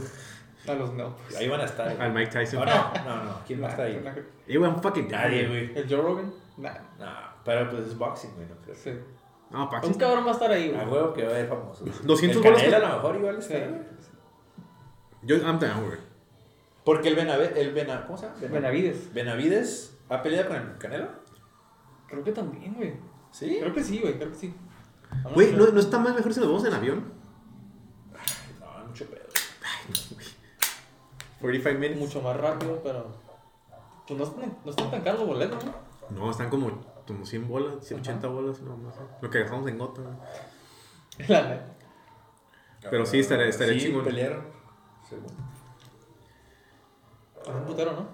Speaker 4: A los no. pues,
Speaker 3: Ahí van a estar. güey.
Speaker 1: Al Mike Tyson.
Speaker 3: Oh, no, no, no. ¿Quién va a estar ahí?
Speaker 1: Eh, güey, I'm fucking dead,
Speaker 3: Nadie, güey.
Speaker 4: ¿El Joe Rogan? Nah.
Speaker 3: No, pero pues es boxing, güey, no creo.
Speaker 4: Sí.
Speaker 1: No,
Speaker 4: Un
Speaker 1: Paxi.
Speaker 4: cabrón va a estar ahí,
Speaker 3: A
Speaker 4: güey.
Speaker 3: huevo que va a haber famosos.
Speaker 1: 200
Speaker 3: El
Speaker 1: bolas
Speaker 3: Canelo
Speaker 1: que-
Speaker 3: a lo mejor igual
Speaker 4: Sí.
Speaker 3: está, güey.
Speaker 1: Yo, I'm down, güey.
Speaker 3: Porque el Benavides, el Bena, ¿cómo se llama? Bena-
Speaker 4: Benavides.
Speaker 3: Benavides ha peleado con el Canelo.
Speaker 4: Creo que también, güey.
Speaker 3: ¿Sí?
Speaker 4: Creo que sí, güey. Creo que sí. Vamos a
Speaker 1: Güey,
Speaker 4: ver.
Speaker 1: ¿no, ¿no está más mejor si nos vamos en avión?
Speaker 3: No, es mucho pedo.
Speaker 1: 45 minutes.
Speaker 4: Mucho más rápido, pero. Pues no están, no están tan caros los boletos, ¿no?
Speaker 1: No, están como como 100 bolas, 80 bolas, no más. ¿no? Lo que gastamos en Gota.
Speaker 4: La neta.
Speaker 1: Pero sí, estaría- estaría
Speaker 3: sí,
Speaker 1: chingón.
Speaker 3: pelearon. según.
Speaker 4: Es un putero, ¿no?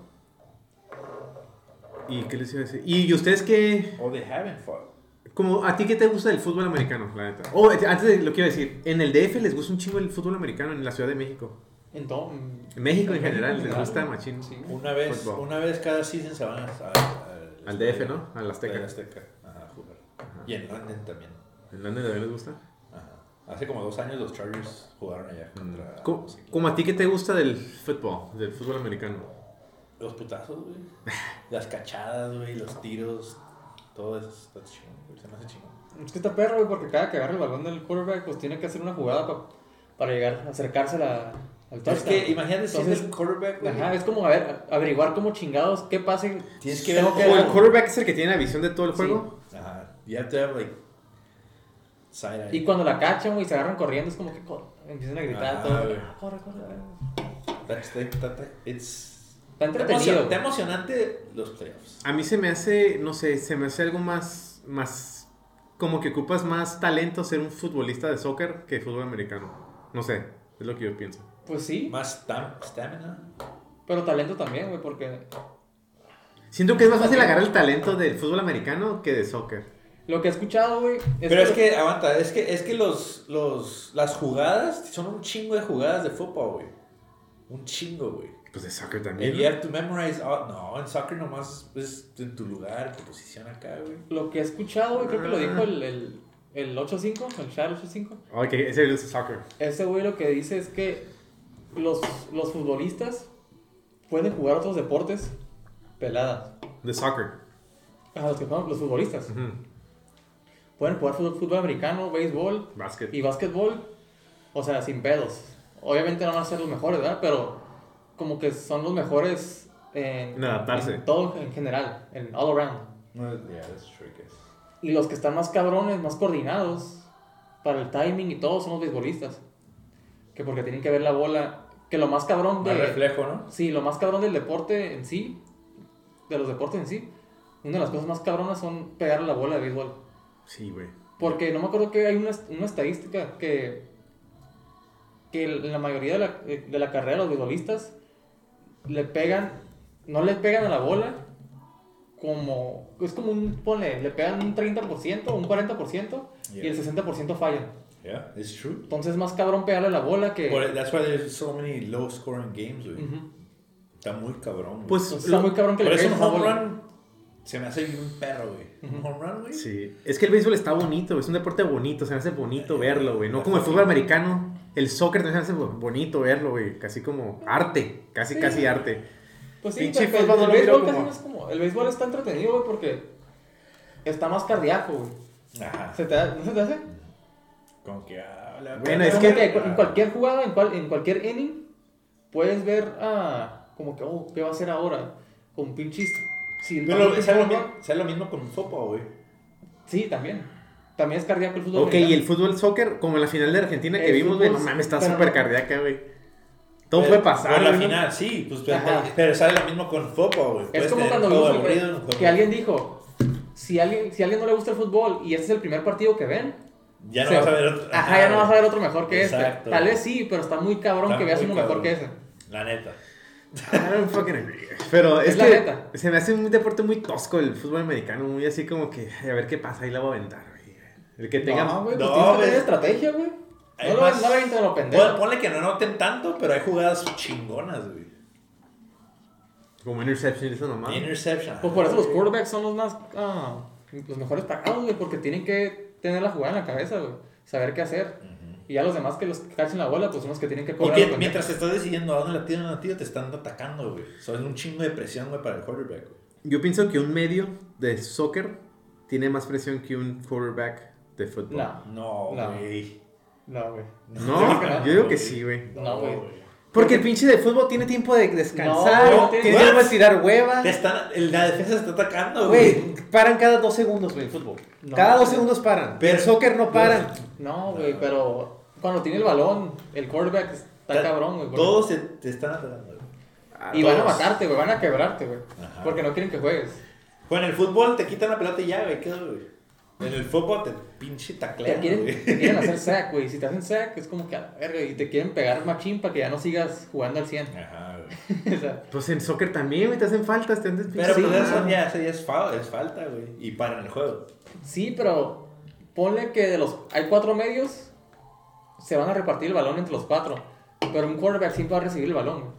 Speaker 1: ¿Y qué les iba a decir? ¿Y y ustedes qué?
Speaker 3: O they haven't fought.
Speaker 1: Como, ¿A ti qué te gusta del fútbol americano, la neta? Oh, antes de lo que iba a decir, en el DF les gusta un chingo el fútbol americano en la Ciudad de México.
Speaker 4: En todo. en-
Speaker 1: En México en general
Speaker 4: México
Speaker 1: les
Speaker 4: en
Speaker 1: gusta
Speaker 4: general.
Speaker 1: machín.
Speaker 4: Sí.
Speaker 3: Una vez,
Speaker 1: Fútbol.
Speaker 3: una vez cada season se van a, a-
Speaker 1: Al DF, ¿no? Al Azteca.
Speaker 3: Al Azteca. Ajá, a jugar. Y en London también.
Speaker 1: ¿En Londres también les gusta?
Speaker 3: Ajá. Hace como dos años los Chargers jugaron
Speaker 4: Mm.
Speaker 3: allá contra.
Speaker 1: Co-
Speaker 3: no sé quién.
Speaker 1: Como a ti qué te gusta del fútbol, del fútbol americano.
Speaker 3: Los putazos, güey. Las cachadas, güey. Los tiros. Todo eso está chingón, güey. Se me hace chingón.
Speaker 4: Es que está perro, güey, porque cada que agarra el balón del quarterback, pues tiene que hacer una jugada pa- para llegar, acercarse a la- al touchdown.
Speaker 3: Es que imagínate si
Speaker 4: Entonces,
Speaker 3: es el quarterback, güey.
Speaker 4: Ajá, es como, a ver, a- averiguar cómo chingados, qué pasen.
Speaker 3: Tienes que
Speaker 4: Tengo
Speaker 3: ver
Speaker 1: ¿O el
Speaker 3: cómo-
Speaker 1: quarterback es el que tiene la visión de todo el
Speaker 4: Sí.
Speaker 1: juego?
Speaker 3: Ajá. You have to have, like. Side eye.
Speaker 4: Y cuando la cachan, güey, se agarran corriendo, es como que cor- empiezan a gritar
Speaker 3: Ah,
Speaker 4: todo.
Speaker 3: güey.
Speaker 4: Ah, corre, corre, corre.
Speaker 3: That's- that- that- that- it's-
Speaker 4: Está entretenido.
Speaker 3: Está
Speaker 4: güey.
Speaker 3: emocionante los playoffs.
Speaker 1: A mí se me hace, no sé, se me hace algo más, más, como que ocupas más talento ser un futbolista de soccer que fútbol americano. No sé, es lo que yo pienso.
Speaker 4: Pues sí,
Speaker 3: Más tam- stamina.
Speaker 4: pero talento también, güey, porque
Speaker 1: Siento que es más fácil agarrar el talento del fútbol americano que de soccer.
Speaker 4: lo que he escuchado, güey.
Speaker 3: Pero es que, aguanta, es que, es que los, los, las jugadas son un chingo de jugadas de fútbol, güey. Un chingo, güey.
Speaker 1: Pues de soccer
Speaker 3: And
Speaker 1: también.
Speaker 3: you
Speaker 1: ¿no?
Speaker 3: have to memorize all- No, en soccer nomás es en tu lugar, tu posición acá, güey.
Speaker 4: Lo que he escuchado, güey, creo que lo dijo
Speaker 1: Ah.
Speaker 4: el, el, el 8-5, el Char 8-5.
Speaker 1: Ok, ese es el soccer.
Speaker 4: Ese güey lo que dice es que los, los futbolistas pueden jugar otros deportes peladas.
Speaker 1: De soccer.
Speaker 4: Ah, los, que juegan- los futbolistas.
Speaker 1: Ujú.
Speaker 4: Pueden jugar fútbol, fútbol americano, béisbol
Speaker 1: Básquet.
Speaker 4: y básquetbol. O sea, sin pedos. Obviamente no van a ser los mejores, ¿verdad? Pero como que son los mejores en,
Speaker 1: En adaptarse.
Speaker 4: en todo en general, en all around.
Speaker 3: yeah, that's true, I guess.
Speaker 4: Y los que están más cabrones, más coordinados para el timing y todo son los beisbolistas. Que porque tienen que ver la bola. Que lo más cabrón de...
Speaker 3: Más reflejo, ¿no?
Speaker 4: Sí, lo más cabrón del deporte en sí, de los deportes en sí, una de las cosas más cabronas son pegar la bola de béisbol.
Speaker 1: Sí, güey.
Speaker 4: Porque no me acuerdo que hay una, est- una estadística que, que la mayoría de la, de la carrera de los beisbolistas le pegan, no le pegan a la bola como, es como un, ponle, le pegan un 30%, un 40% y el 60% fallan.
Speaker 3: Yeah, it's true.
Speaker 4: Entonces es más cabrón pegarle a la bola que...
Speaker 1: e-
Speaker 3: Por- that's why there's so many low scoring games, güey.
Speaker 4: Ujú.
Speaker 3: Está muy cabrón, güey.
Speaker 1: Pues-
Speaker 4: Entonces, está muy cabrón que
Speaker 3: Por
Speaker 4: le
Speaker 3: eso
Speaker 4: peguen
Speaker 3: un
Speaker 4: a la
Speaker 3: home
Speaker 4: bola.
Speaker 3: run se me hace un perro, güey. Un home run, güey.
Speaker 1: Sí, es que el béisbol está bonito, es un deporte bonito, se me hace bonito verlo, güey. No como el fútbol americano, el soccer también se me hace bonito verlo, güey. Casi como arte, casi,
Speaker 4: Sí.
Speaker 1: casi arte.
Speaker 4: Pues sí,
Speaker 1: Pinche
Speaker 4: pero el,
Speaker 1: fútbol no
Speaker 4: el
Speaker 1: lo
Speaker 4: béisbol
Speaker 1: miro
Speaker 4: casi
Speaker 1: como-
Speaker 4: no es como. El béisbol está entretenido, güey, porque está más cardíaco, güey.
Speaker 1: Ah.
Speaker 3: Ajá.
Speaker 4: ¿Se te da- ¿No se te hace?
Speaker 3: Como que. ah, la-
Speaker 1: Bueno, es
Speaker 4: Como
Speaker 1: que-
Speaker 4: en cualquier jugada, en, cual- en cualquier inning, puedes ver, ah, como que, oh, ¿qué va a hacer ahora? Con pinches. Sí,
Speaker 3: Pero es lo, mismo, es lo mismo con fútbol, güey.
Speaker 4: Sí, también. También es cardíaco el fútbol.
Speaker 1: Ok, y el fútbol soccer, como en la final de Argentina que
Speaker 4: El
Speaker 1: vimos, güey, no
Speaker 4: fútbol,
Speaker 1: mames, está
Speaker 4: pero-
Speaker 1: súper cardíaca, güey. Todo
Speaker 3: Pero-
Speaker 1: puede pasar,
Speaker 3: Por la
Speaker 1: güey, ¿no?
Speaker 3: final, sí. Pues,
Speaker 4: Ajá.
Speaker 3: pero, pero sale lo mismo con fútbol, güey.
Speaker 4: Es
Speaker 3: Puedes
Speaker 4: como
Speaker 3: tener
Speaker 4: cuando
Speaker 3: todo
Speaker 4: vimos
Speaker 3: aburrido en un
Speaker 4: que,
Speaker 3: juego.
Speaker 4: que alguien dijo: si alguien, si a alguien no le gusta el fútbol y este es el primer partido que ven,
Speaker 3: Ya no
Speaker 4: se-
Speaker 3: vas a ver otro.
Speaker 4: Ajá, ya no vas a ver otro mejor que este.
Speaker 3: Exacto.
Speaker 4: Tal vez sí, pero está muy cabrón
Speaker 3: Está
Speaker 4: que veas
Speaker 3: muy
Speaker 4: uno mejor
Speaker 3: cabrón.
Speaker 4: que ese.
Speaker 3: La neta.
Speaker 1: I don't fucking agree. Pero es,
Speaker 4: Es la
Speaker 1: que
Speaker 4: neta.
Speaker 1: se me hace un deporte muy tosco el fútbol americano, muy así como que, ay, a ver qué pasa, ahí la voy a aventar, güey. El que tenga...
Speaker 4: No, güey, pues
Speaker 3: No,
Speaker 4: tienes que
Speaker 3: güey.
Speaker 4: tener estrategia, güey.
Speaker 3: Hay
Speaker 4: No lo
Speaker 3: más-
Speaker 4: no lo avientes a lo
Speaker 3: Pon-
Speaker 4: pendejo.
Speaker 3: Ponle que no noten tanto, pero hay jugadas chingonas, güey.
Speaker 1: como interception, eso nomás.
Speaker 3: Interception.
Speaker 4: Pues por eso los quarterbacks son los más. ah, los mejores pagados, güey, porque tienen que tener la jugada en la cabeza, güey. Saber qué hacer. Y ya los demás que los que cachen la bola, pues son los que tienen que cobrar.
Speaker 3: Porque
Speaker 4: lo pendejo.
Speaker 3: mientras estás decidiendo a dónde la tiran, la tiran, te están atacando, güey. O sea, es un chingo de presión, güey, para el quarterback, güey.
Speaker 1: Yo pienso que un medio de soccer tiene más presión que un quarterback de fútbol.
Speaker 4: No,
Speaker 3: No,
Speaker 4: No.
Speaker 3: güey.
Speaker 4: no, güey.
Speaker 1: No,
Speaker 4: No,
Speaker 1: yo digo que sí, güey.
Speaker 4: No, güey.
Speaker 1: Porque el pinche de fútbol tiene tiempo de descansar,
Speaker 4: No,
Speaker 1: tiene
Speaker 4: ¿what?
Speaker 1: tiempo de tirar hueva.
Speaker 3: Te están, el- la defensa se está atacando,
Speaker 1: Güey, paran cada dos segundos, güey, el fútbol.
Speaker 4: No.
Speaker 1: cada dos segundos paran. Pero
Speaker 3: Pero-
Speaker 1: el soccer no paran.
Speaker 3: Pues,
Speaker 4: No, güey, pero cuando tiene el balón, el quarterback está
Speaker 3: Ta-
Speaker 4: cabrón, güey. porque-
Speaker 3: Todos se, te están atacando, güey.
Speaker 4: Y van a
Speaker 1: todos.
Speaker 4: matarte, güey, van a quebrarte, güey.
Speaker 3: Ajá.
Speaker 4: Porque no quieren que juegues.
Speaker 3: Bueno, en el fútbol te quitan la pelota y ya, güey. ¿Qué güey? En el fútbol te pinche
Speaker 4: Te
Speaker 3: taclean,
Speaker 4: quieren,
Speaker 3: güey.
Speaker 4: te quieren hacer sack, güey. Si te hacen sack, es como que a la verga. Y te quieren pegar machín para que ya no sigas jugando al 100.
Speaker 3: Ajá, güey.
Speaker 4: o sea,
Speaker 1: Pues en soccer también, güey, te hacen faltas, te andas pinche-
Speaker 3: Pero pues
Speaker 1: Sí,
Speaker 3: eso
Speaker 1: no.
Speaker 3: ya, eso ya es, fa- es falta, güey. Y paran el juego.
Speaker 4: sí, pero ponle que de los. Hay cuatro medios, se van a repartir el balón entre los cuatro. Pero un quarterback siempre va a recibir el balón. güey.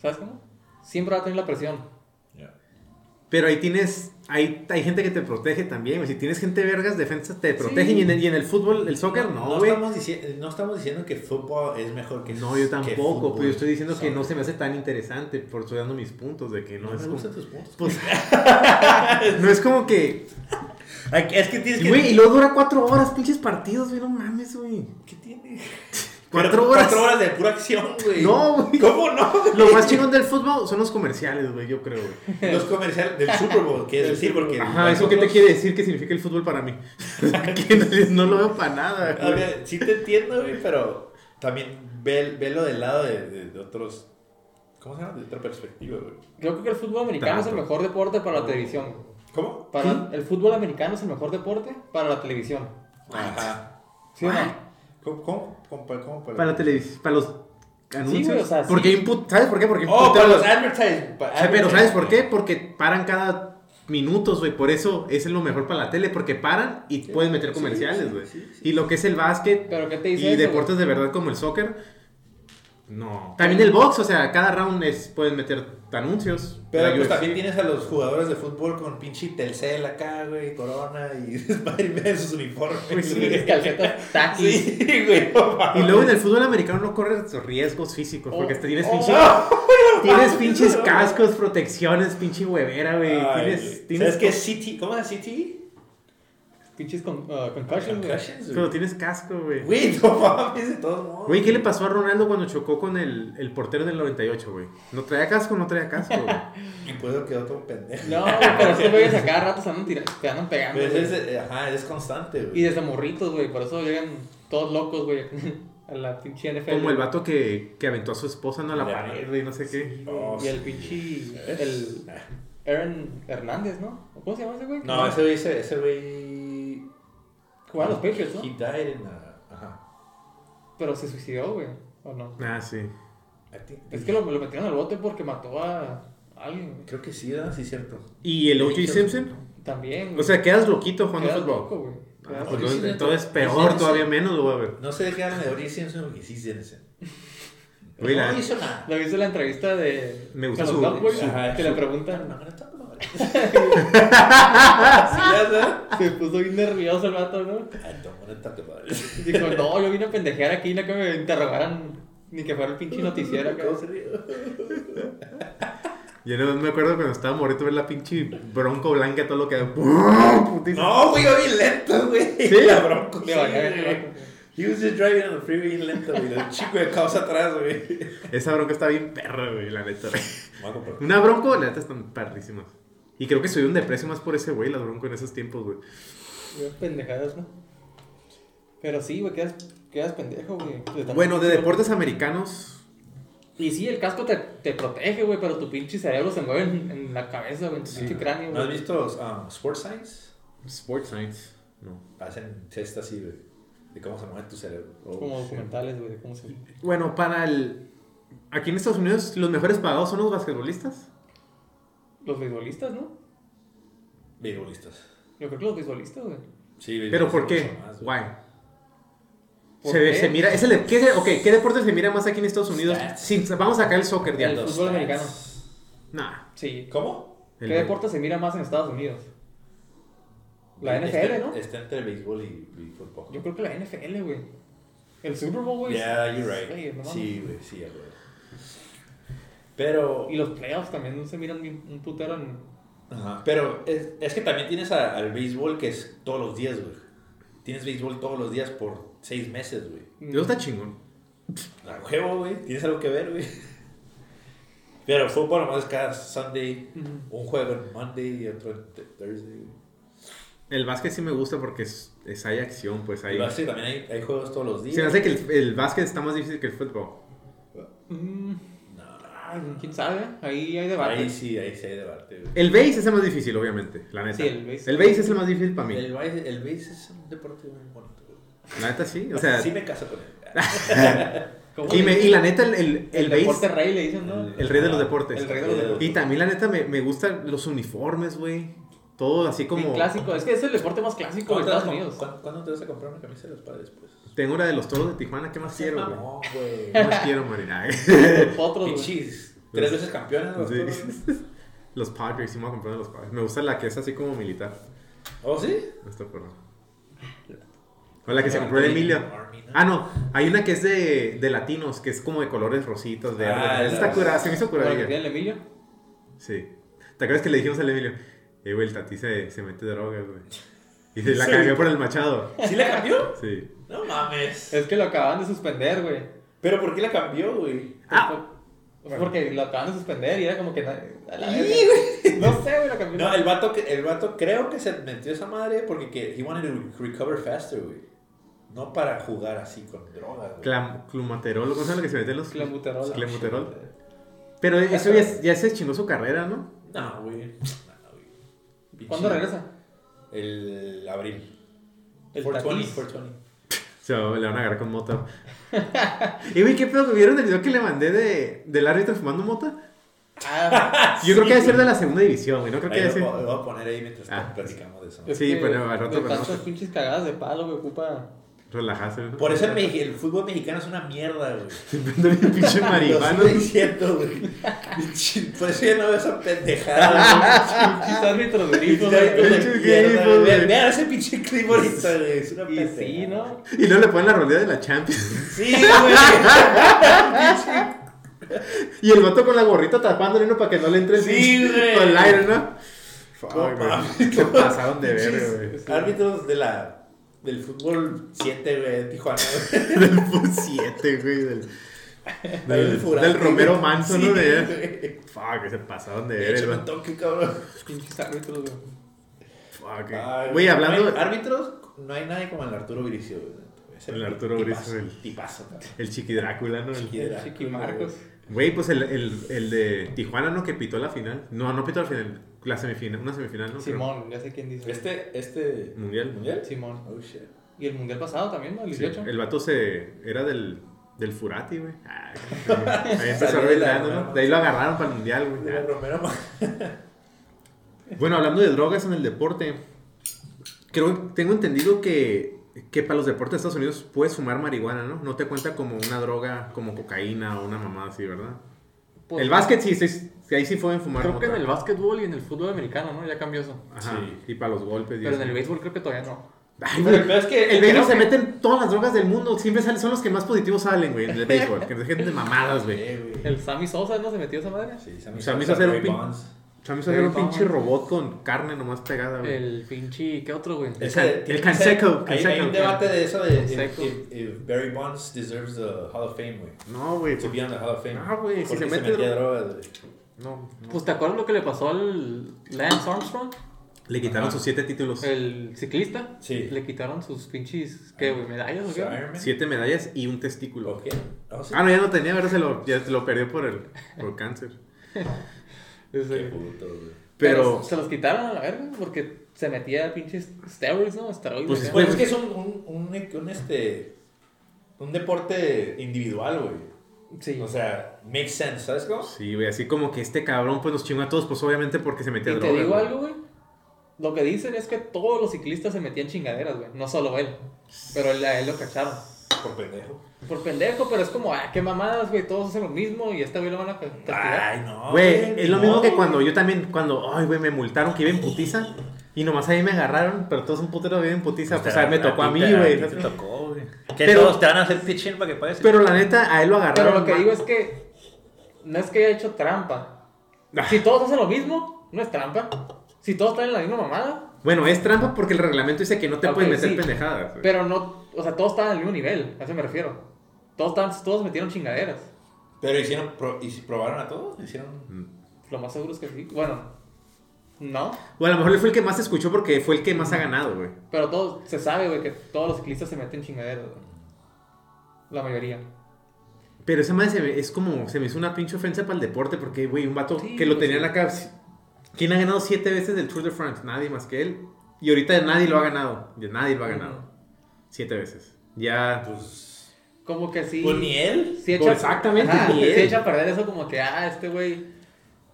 Speaker 4: ¿Sabes cómo? Siempre va a tener la presión.
Speaker 3: Ya.
Speaker 1: Pero ahí tienes, hay, hay gente que te protege también, güey. Si tienes gente vergas, defensa te protegen. Y, en el, y en el fútbol, el soccer, no,
Speaker 3: no,
Speaker 1: güey.
Speaker 3: estamos dici- no estamos diciendo que fútbol es mejor que
Speaker 1: No, yo
Speaker 3: que
Speaker 1: tampoco,
Speaker 3: fútbol.
Speaker 1: pero yo estoy diciendo que no
Speaker 3: Sorry.
Speaker 1: se me hace tan interesante, por estoy dando mis puntos de que no,
Speaker 3: No
Speaker 1: es
Speaker 3: me
Speaker 1: como...
Speaker 3: gustan tus puntos.
Speaker 1: Pues, no es como que...
Speaker 3: Ay, Es que tienes que.
Speaker 1: Güey, y luego dura cuatro horas, pinches partidos, güey, no mames, güey.
Speaker 3: ¿Qué tiene?
Speaker 1: Cuatro horas.
Speaker 3: Cuatro horas de pura acción, güey.
Speaker 1: No, güey.
Speaker 3: ¿Cómo no?
Speaker 1: Lo más chingón del fútbol son los comerciales, güey, yo creo, güey.
Speaker 3: Los comerciales del Super Bowl, que es decir, porque.
Speaker 1: Ajá, ¿eso qué te quiere decir que significa el fútbol para mí? Que no- no lo veo para nada,
Speaker 3: A
Speaker 1: güey.
Speaker 3: ver, Ah, sí te entiendo, güey, pero también ve, velo del lado de, de- de otros. ¿Cómo se llama? De otra perspectiva, güey.
Speaker 4: Creo que el fútbol americano es el
Speaker 1: Trato.
Speaker 4: mejor deporte para
Speaker 1: Oh.
Speaker 4: la televisión. güey.
Speaker 3: ¿Cómo?
Speaker 4: Para, el fútbol americano es el mejor deporte para la televisión.
Speaker 3: Ajá.
Speaker 4: ¿Sí o no?
Speaker 3: ¿Cómo? ¿Cómo? ¿Cómo? para- cómo para-
Speaker 1: Para la televisión, para los anuncios.
Speaker 4: güey, o sea, sí.
Speaker 1: Porque hay un put- ¿Sabes por qué? Porque hay un
Speaker 3: Oh,
Speaker 1: putero
Speaker 3: para los
Speaker 1: de-
Speaker 3: advertising.
Speaker 1: O sea, pero ¿sabes por qué? Porque paran cada minutos, güey. Por eso es lo mejor para la tele, porque paran y pueden meter comerciales, güey. Y lo que es el básquet
Speaker 4: ¿Pero qué te dice
Speaker 1: y
Speaker 4: eso,
Speaker 1: deportes de verdad como el soccer, no. También el box, o sea, cada round es, pueden meter anuncios.
Speaker 3: Pero
Speaker 1: La
Speaker 3: pues
Speaker 1: UFC.
Speaker 3: también tienes a los jugadores de fútbol con pinche Telcel acá, güey, Corona y Spider-Man en sus uniformes.
Speaker 1: Pues sí,
Speaker 3: güey.
Speaker 4: Tienes calcetas taquis.
Speaker 3: Sí, güey, no
Speaker 1: Y
Speaker 3: mames.
Speaker 1: luego en el fútbol americano no corres riesgos físicos,
Speaker 4: Oh,
Speaker 1: porque hasta tienes
Speaker 4: oh,
Speaker 1: pinche- Tienes pinches cascos, protecciones, pinche huevera, güey.
Speaker 3: Ay,
Speaker 1: Tienes,
Speaker 3: güey.
Speaker 1: tienes
Speaker 3: ¿Sabes qué es CT? ¿Cómo es CT?
Speaker 4: Pinches con, uh, concussion, güey.
Speaker 3: Concussions,
Speaker 1: Pero
Speaker 3: güey.
Speaker 1: tienes casco, güey.
Speaker 3: Güey, no mames, de todos modos.
Speaker 1: Güey, ¿qué le pasó a Ronaldo cuando chocó con el, el portero del 98, güey? ¿No traía casco o no traía casco, güey?
Speaker 3: Y puedo quedó todo pendejo.
Speaker 4: No, güey, pero estos güeyes a cada rato se andan tirando, te andan pegando.
Speaker 1: Pues
Speaker 3: Pero
Speaker 4: güey.
Speaker 3: Pues es, es- ajá, es constante,
Speaker 4: Y
Speaker 3: güey.
Speaker 4: desde morritos, güey, por eso llegan todos locos, güey, a la pinche NFL.
Speaker 1: Como el vato que, que aventó a su esposa no a la
Speaker 3: Ya.
Speaker 1: pared, güey, no sé qué.
Speaker 3: Oh,
Speaker 4: Y el
Speaker 3: sí.
Speaker 4: pinche.
Speaker 3: ¿Sabes?
Speaker 4: El
Speaker 1: Ah.
Speaker 4: Aaron Hernández, ¿no? ¿Cómo se llama ese güey?
Speaker 3: No, ese güey, ese ese güey...
Speaker 4: Jugaba en los Patriots,
Speaker 3: He
Speaker 4: ¿no?
Speaker 3: died in a... Ajá.
Speaker 4: Pero se suicidó, güey, ¿o no?
Speaker 1: Ah, sí.
Speaker 3: I think-
Speaker 4: Es que lo, lo metieron al bote porque mató a alguien, güey.
Speaker 3: Creo que sí, ¿verdad? Sí, cierto.
Speaker 1: ¿Y el O.J. Simpson?
Speaker 4: También,
Speaker 1: O sea, quedas loquito jugando
Speaker 4: Quedas
Speaker 1: fútbol.
Speaker 4: loco, güey.
Speaker 1: Ah,
Speaker 4: Quedas
Speaker 1: pues,
Speaker 3: Sí, sí, sí.
Speaker 1: entonces
Speaker 3: Sí, sí,
Speaker 1: peor
Speaker 3: sí.
Speaker 1: todavía menos, güey. a ver.
Speaker 3: No sé de qué hablan de Ori Simpson porque sí Simpson.
Speaker 1: Güey, la-
Speaker 3: no hizo nada.
Speaker 4: ¿Lo viste la entrevista de.
Speaker 1: Me gusta
Speaker 4: Carlos
Speaker 1: su-
Speaker 4: Bad, güey?
Speaker 1: su-
Speaker 4: Que le preguntan.
Speaker 3: I
Speaker 4: Se puso bien nervioso el vato, ¿no?
Speaker 3: don't wanna talk about it.
Speaker 4: Dijo, no, yo vine a pendejear aquí, no que me interrogaran ni que fuera el pinche noticiero. acá".
Speaker 3: ¿Cómo se ríe?
Speaker 1: Yo no me acuerdo cuando estaba morrito ver la pinche bronco blanca, todo lo que... Putiza.
Speaker 3: No, güey, iba bien lento, güey.
Speaker 1: ¿Sí?
Speaker 3: La bronco.
Speaker 4: Le
Speaker 3: sí,
Speaker 4: valía
Speaker 3: güey.
Speaker 4: verga.
Speaker 3: He was just driving on the freeway bien lento, güey. El chico de caos atrás, güey.
Speaker 1: Esa bronca está bien perra, güey, la neta.
Speaker 3: Voy a comprar.
Speaker 1: Una bronco, la neta, están perrísimas. Y creo que subieron de precio más por ese güey, las bronco en esos tiempos, güey.
Speaker 4: Yo, pendejadas, ¿no? Pero sí, güey, quedas, quedas pendejo, güey. De tanto
Speaker 1: Bueno, de
Speaker 4: pinche-
Speaker 1: deportes americanos,
Speaker 4: Y sí, el casco te, te protege, güey, pero tu pinche cerebro se mueve en, en la cabeza, güey, en tu pinche cráneo,
Speaker 3: ¿No has
Speaker 4: güey.
Speaker 3: visto um, Sports Science?
Speaker 1: Sports Science. No.
Speaker 3: Hacen test así, güey. De cómo se mueve tu cerebro. Oh,
Speaker 4: Como
Speaker 3: shit.
Speaker 4: documentales, güey, de cómo se...
Speaker 1: Bueno, para el. Aquí en Estados Unidos, los mejores pagados son los basquetbolistas.
Speaker 4: Los beisbolistas, ¿no?
Speaker 3: Beisbolistas.
Speaker 4: Yo creo que los beisbolistas, güey.
Speaker 3: Sí,
Speaker 1: ¿Pero
Speaker 3: beisbolistas
Speaker 1: por qué?
Speaker 3: mucho más, güey.
Speaker 1: Why?
Speaker 4: ¿Por
Speaker 1: se,
Speaker 4: qué?
Speaker 1: se mira. Es el de- ¿qué, se- ok, ¿qué deporte se mira más aquí en Estados Unidos?
Speaker 3: Stats.
Speaker 1: Sin- vamos a sacar el soccer,
Speaker 4: El
Speaker 1: ya.
Speaker 3: Los
Speaker 4: fútbol
Speaker 3: stats.
Speaker 4: americano.
Speaker 1: Nah.
Speaker 4: Sí.
Speaker 3: ¿Cómo?
Speaker 1: el-
Speaker 4: ¿Qué deporte se mira más en Estados Unidos? La
Speaker 3: Está-
Speaker 4: NFL, ¿no?
Speaker 3: Está entre béisbol y, y fútbol.
Speaker 4: Yo pues, creo que la NFL, güey. El Super Bowl, güey.
Speaker 3: Yeah, you're right.
Speaker 4: Güey, no mames.
Speaker 3: sí, güey, sí, ya, güey. Pero,
Speaker 4: Y los playoffs también no se miran bien- un putero en...
Speaker 3: ajá, pero es, es que también tienes a- al béisbol que es todos los días, güey. Tienes béisbol todos los días por seis meses, güey.
Speaker 1: Eso está chingón.
Speaker 3: A huevo, güey. Tienes algo que ver, güey. Pero fútbol nomás es cada Sunday,
Speaker 4: Ujú.
Speaker 3: un juego en Monday y otro en th- Thursday. güey.
Speaker 1: El básquet sí me gusta porque es, es- hay acción, pues
Speaker 3: Y
Speaker 1: ahí.
Speaker 3: básquet también hay, hay juegos todos los días.
Speaker 1: Se me hace que el, el básquet está más difícil que el fútbol.
Speaker 4: Mm,
Speaker 3: No,
Speaker 4: Ay, quién sabe, ahí hay debate.
Speaker 3: Ahí sí, ahí sí hay debate, güey.
Speaker 1: El base es el más difícil, obviamente, la neta.
Speaker 4: Sí, el base.
Speaker 1: El base es el más difícil para mí.
Speaker 3: El base, el base es un deporte muy bonito, güey.
Speaker 1: La neta sí, o sea.
Speaker 3: sí me caso con él.
Speaker 4: ¿Cómo
Speaker 1: Y,
Speaker 4: le
Speaker 1: me-
Speaker 4: dicen?
Speaker 1: y la neta, el, el,
Speaker 4: el,
Speaker 1: el base-
Speaker 4: deporte rey le dicen, ¿no?
Speaker 1: el rey de los deportes.
Speaker 4: El rey de los deportes.
Speaker 1: Y también, la neta, me, me gustan los uniformes, güey. Todo así como.
Speaker 4: Bien clásico, es que es el deporte más clásico de
Speaker 3: ¿Cuándo te
Speaker 4: Estados
Speaker 3: vas a com-
Speaker 4: Unidos.
Speaker 3: cuán- ¿Cuándo te vas a comprar una camisa de los padres, pues?
Speaker 1: Tengo la de los toros de Tijuana, ¿qué más quiero, güey?
Speaker 3: No, güey.
Speaker 1: ¿Qué más quiero, Marina?
Speaker 4: Los otros, güey.
Speaker 3: Pichis. Tres veces campeona.
Speaker 1: Pues, Sí.
Speaker 3: doctor.
Speaker 1: Los Padres, sí me voy a comprar de los Padres. Me gusta la que es así como militar.
Speaker 3: ¿Oh, sí?
Speaker 1: No está por O la que se compró de Emilio.
Speaker 3: Army, ¿no?
Speaker 1: Ah, no. Hay una que es de, de latinos, que es como de colores rositos, verdes. Esa
Speaker 3: Ah, la-
Speaker 1: está curada, se me hizo
Speaker 4: Con la que
Speaker 1: curadilla.
Speaker 4: tiene el Emilio.
Speaker 1: Sí. ¿Te acuerdas que le dijimos al Emilio? Eh, güey, el tati se, se mete drogas, güey. Y se la
Speaker 3: Sí.
Speaker 1: cambió por el machado.
Speaker 3: ¿Sí la cambió?
Speaker 1: Sí.
Speaker 3: No mames.
Speaker 4: Es que lo acaban de suspender, güey.
Speaker 3: ¿Pero por qué la cambió, güey?
Speaker 1: Ah.
Speaker 4: Fue- Porque lo acaban de suspender y era como que. na- a la
Speaker 3: Y,
Speaker 4: verga. No sé, güey, lo cambió.
Speaker 3: No, el vato, que- el vato creo que se metió esa madre porque que he wanted to recover faster, güey. No para jugar así con droga, güey.
Speaker 1: Clam, clumaterol, ¿cómo se llama lo que se mete los?
Speaker 4: Clamuterol.
Speaker 1: Clamuterol. Pero eso ya, es- ya se chingó su carrera, ¿no?
Speaker 3: No, güey. No, güey. Pinche-
Speaker 4: ¿Cuándo regresa?
Speaker 3: El abril.
Speaker 4: El
Speaker 3: 420,
Speaker 4: Tatis.
Speaker 3: 420.
Speaker 1: Se lo- le van a agarrar con mota. y güey, ¿qué pedo? ¿Vieron el video que le mandé de, del árbitro fumando mota?
Speaker 4: Ah,
Speaker 1: Yo creo que debe ser de la segunda división, güey. No creo que
Speaker 3: Ahí
Speaker 1: debe
Speaker 3: lo,
Speaker 1: ser.
Speaker 3: po- lo voy a poner ahí mientras
Speaker 1: Ah.
Speaker 3: platicamos de eso.
Speaker 4: es
Speaker 1: Sí,
Speaker 4: que
Speaker 1: pero al rato
Speaker 4: De
Speaker 1: ponemos-
Speaker 4: tantas pinches cagadas de palo que ocupa.
Speaker 1: Relajarse, ¿no?
Speaker 3: Por eso el, me- el fútbol mexicano es una mierda, güey.
Speaker 1: Depende de pinche marihuana.
Speaker 3: Lo estoy diciendo, güey. Por eso ya no veo esa pendejada,
Speaker 4: Pinches árbitros
Speaker 3: güey.
Speaker 4: gringos,
Speaker 3: Pinche
Speaker 4: güey.
Speaker 1: Pinche
Speaker 3: mierda,
Speaker 1: equipo,
Speaker 3: güey.
Speaker 1: güey.
Speaker 3: Vean ese pinche clip ahorita, güey. Es una
Speaker 4: Y
Speaker 3: pendejada.
Speaker 4: sí, ¿no?
Speaker 1: Y luego le ponen la rodilla de la Champions.
Speaker 3: Sí, güey.
Speaker 1: Y el vato con la gorrita tapándole, ¿no? Para que no le entre el
Speaker 3: Sí,
Speaker 1: pinche-
Speaker 3: güey.
Speaker 1: Con el aire, ¿no? Fuck,
Speaker 3: No
Speaker 1: güey.
Speaker 3: mames.
Speaker 1: Se pasaron de verga, güey.
Speaker 3: Pinches Árbitros de la... Del fútbol 7, güey, de Tijuana, güey.
Speaker 1: Del fut 7, güey. Del,
Speaker 3: Del
Speaker 1: del,
Speaker 3: Furati,
Speaker 1: del Romero
Speaker 3: güey.
Speaker 1: Manso,
Speaker 3: Sí,
Speaker 1: ¿no? De,
Speaker 3: güey.
Speaker 1: fuck, se pasaron de verga. el
Speaker 3: Échame un
Speaker 1: vato.
Speaker 3: toque, cabrón.
Speaker 4: Pinches árbitros, güey.
Speaker 1: Fuck,
Speaker 3: Ay,
Speaker 1: güey. Güey, hablando.
Speaker 3: no hay árbitros, no hay nadie como el Arturo Bricio, güey. Ese
Speaker 1: El Arturo
Speaker 3: tipazo,
Speaker 1: Bricio, el-
Speaker 3: Tipazo, cabrón.
Speaker 1: El Chiqui Drácula, ¿no? El-
Speaker 3: Chiqui Drácula,
Speaker 4: Chiqui Marcos.
Speaker 1: Güey, pues el, el, el de Tijuana, ¿no? Que pitó la final. No, no pitó la final. La semifinal, una semifinal, ¿no?
Speaker 4: Simón, ya sé quién dice.
Speaker 3: Este, este...
Speaker 1: Creo. Mundial.
Speaker 3: ¿Mundial?
Speaker 4: Simón.
Speaker 3: Oh, shit.
Speaker 4: Y el mundial pasado también, ¿no? El
Speaker 1: Sí,
Speaker 4: 18.
Speaker 1: el vato se. Era del. Del Furati, güey. Ah, Ahí empezó
Speaker 3: Salió de la-
Speaker 1: arbitrando, ¿no? De ahí lo agarraron para el mundial, güey.
Speaker 3: De
Speaker 1: Ah.
Speaker 3: Romero Ma-
Speaker 1: Bueno, hablando de drogas en el deporte, creo tengo entendido que, que para los deportes de Estados Unidos puedes fumar marihuana, ¿no? No te cuenta como una droga, como cocaína o una mamada así, ¿verdad?
Speaker 4: Pues,
Speaker 1: el básquet sí, sí, sí, ahí sí pueden fumar.
Speaker 4: Creo que en
Speaker 1: mota.
Speaker 4: el básquetbol y en el fútbol americano, ¿no? Ya cambió eso.
Speaker 1: Ajá,
Speaker 3: Sí.
Speaker 1: y para los golpes. y
Speaker 4: Pero en
Speaker 1: eso.
Speaker 4: el béisbol creo que todavía no.
Speaker 1: Ay,
Speaker 3: Pero
Speaker 1: güey,
Speaker 3: el peor es que-
Speaker 1: el béisbol
Speaker 3: creo
Speaker 1: se
Speaker 3: que-
Speaker 1: meten todas las drogas del mundo. Siempre salen, son los que más positivos salen, güey, en el béisbol. Que dejen de mamadas, güey.
Speaker 3: Eh, güey.
Speaker 4: El Sammy Sosa no se metió esa madre.
Speaker 3: Sí, Sammy
Speaker 1: O sea, me hizo
Speaker 3: Sosa,
Speaker 1: hacer un
Speaker 3: Barry
Speaker 1: pin-
Speaker 3: Bonds.
Speaker 1: Chami se era un pinche robot con carne nomás pegada, güey.
Speaker 4: El pinche. ¿Qué otro, güey?
Speaker 1: El
Speaker 3: Ese-
Speaker 1: can- el
Speaker 3: tiene-
Speaker 1: Canseco,
Speaker 3: Hay, hay
Speaker 1: Canseco.
Speaker 3: un debate de eso de if,
Speaker 4: Canseco.
Speaker 3: if- if Barry Bonds deserves the Hall of Fame, güey.
Speaker 1: No, güey. pues,
Speaker 3: To be on the Hall of Fame.
Speaker 1: No, Ah, güey, si
Speaker 3: Porque
Speaker 1: se
Speaker 3: se
Speaker 1: mete
Speaker 3: metía
Speaker 1: dro-
Speaker 3: drogas, güey.
Speaker 1: No, no.
Speaker 4: Pues te acuerdas lo que le pasó al Lance Armstrong,
Speaker 1: Le quitaron
Speaker 3: Ajá.
Speaker 1: sus siete títulos.
Speaker 4: el ciclista.
Speaker 3: Sí.
Speaker 4: Le quitaron sus pinches, ¿qué, güey? ¿Medallas o qué? güey?
Speaker 3: Iron Man.
Speaker 1: Siete medallas y un testículo.
Speaker 3: Ok. No, sí.
Speaker 1: Ah, no, ya no tenía, ¿verdad? Se lo, ya se lo perdió por el por cáncer.
Speaker 4: Ese-
Speaker 3: Qué puto, güey.
Speaker 1: Pero,
Speaker 4: se los quitaron a la verga porque se metía pinches steroids, ¿no? Esteroides.
Speaker 1: Pues,
Speaker 4: acá.
Speaker 3: Pues es que es un, un, un- un, este, un deporte individual, güey.
Speaker 4: sí.
Speaker 3: O sea, makes sense, ¿sabes cómo?
Speaker 1: sí, güey, así como que este cabrón pues nos chingó a todos, pues obviamente porque se metía
Speaker 4: y
Speaker 1: droga.
Speaker 4: te digo algo, güey. Lo que dicen es que todos los ciclistas se metían chingaderas, güey. No solo él. Pero él- a él lo cacharon.
Speaker 3: Por pendejo.
Speaker 4: Por pendejo, pero es como, ah, qué mamadas, güey. Todos hacen lo mismo y a este güey lo van a ca- castigar.
Speaker 3: Ay, no.
Speaker 1: Güey, es lo
Speaker 3: no,
Speaker 1: mismo que
Speaker 3: güey.
Speaker 1: cuando yo también, cuando, ay, güey, me multaron que iba en putiza y nomás ahí me agarraron, pero todos un putero iban en putiza, pues a- me tocó a mí,
Speaker 3: ti te-
Speaker 1: güey.
Speaker 3: ti te tocó, güey. Que
Speaker 1: Pero-
Speaker 3: todos te van a hacer pitching para que pagues.
Speaker 1: Pero la neta, a él lo agarraron.
Speaker 4: Pero lo que
Speaker 1: ma-
Speaker 4: digo es que no es que haya hecho trampa.
Speaker 1: Ah,
Speaker 4: Si todos hacen lo mismo, no es trampa. Si todos están en la misma mamada,
Speaker 1: Bueno, es trampa porque el reglamento dice que no te
Speaker 4: Ok,
Speaker 1: puedes meter
Speaker 4: sí.
Speaker 1: pendejadas. güey.
Speaker 4: pero no, o sea, todos estaban al mismo nivel, a eso me refiero. Todos, estaban, todos metieron chingaderas.
Speaker 3: Pero hicieron, pro- y si probaron a todos, hicieron.
Speaker 4: Lo más seguro es que sí. Bueno, no,
Speaker 1: O a lo mejor él fue el que más se escuchó porque fue el que más ha ganado, güey.
Speaker 4: pero todos, se sabe, güey, que todos los ciclistas se meten chingaderas. güey. La mayoría.
Speaker 1: Pero esa madre se me- es como, se me hizo una pinche ofensa para el deporte porque, güey, un vato
Speaker 3: Sí,
Speaker 1: que lo
Speaker 3: pues,
Speaker 1: tenían
Speaker 3: sí.
Speaker 1: acá. ¿Quién ha ganado siete veces el Tour de France? Nadie más que él. Y ahorita nadie lo ha ganado. Ya Nadie lo ha ganado. Siete veces. Ya.
Speaker 3: Pues,
Speaker 4: Como que sí.
Speaker 3: pues ni él.
Speaker 4: sí
Speaker 1: Pues exactamente,
Speaker 4: Ajá,
Speaker 1: ni
Speaker 4: sí
Speaker 1: él.
Speaker 4: echa a perder eso como que, ah, este güey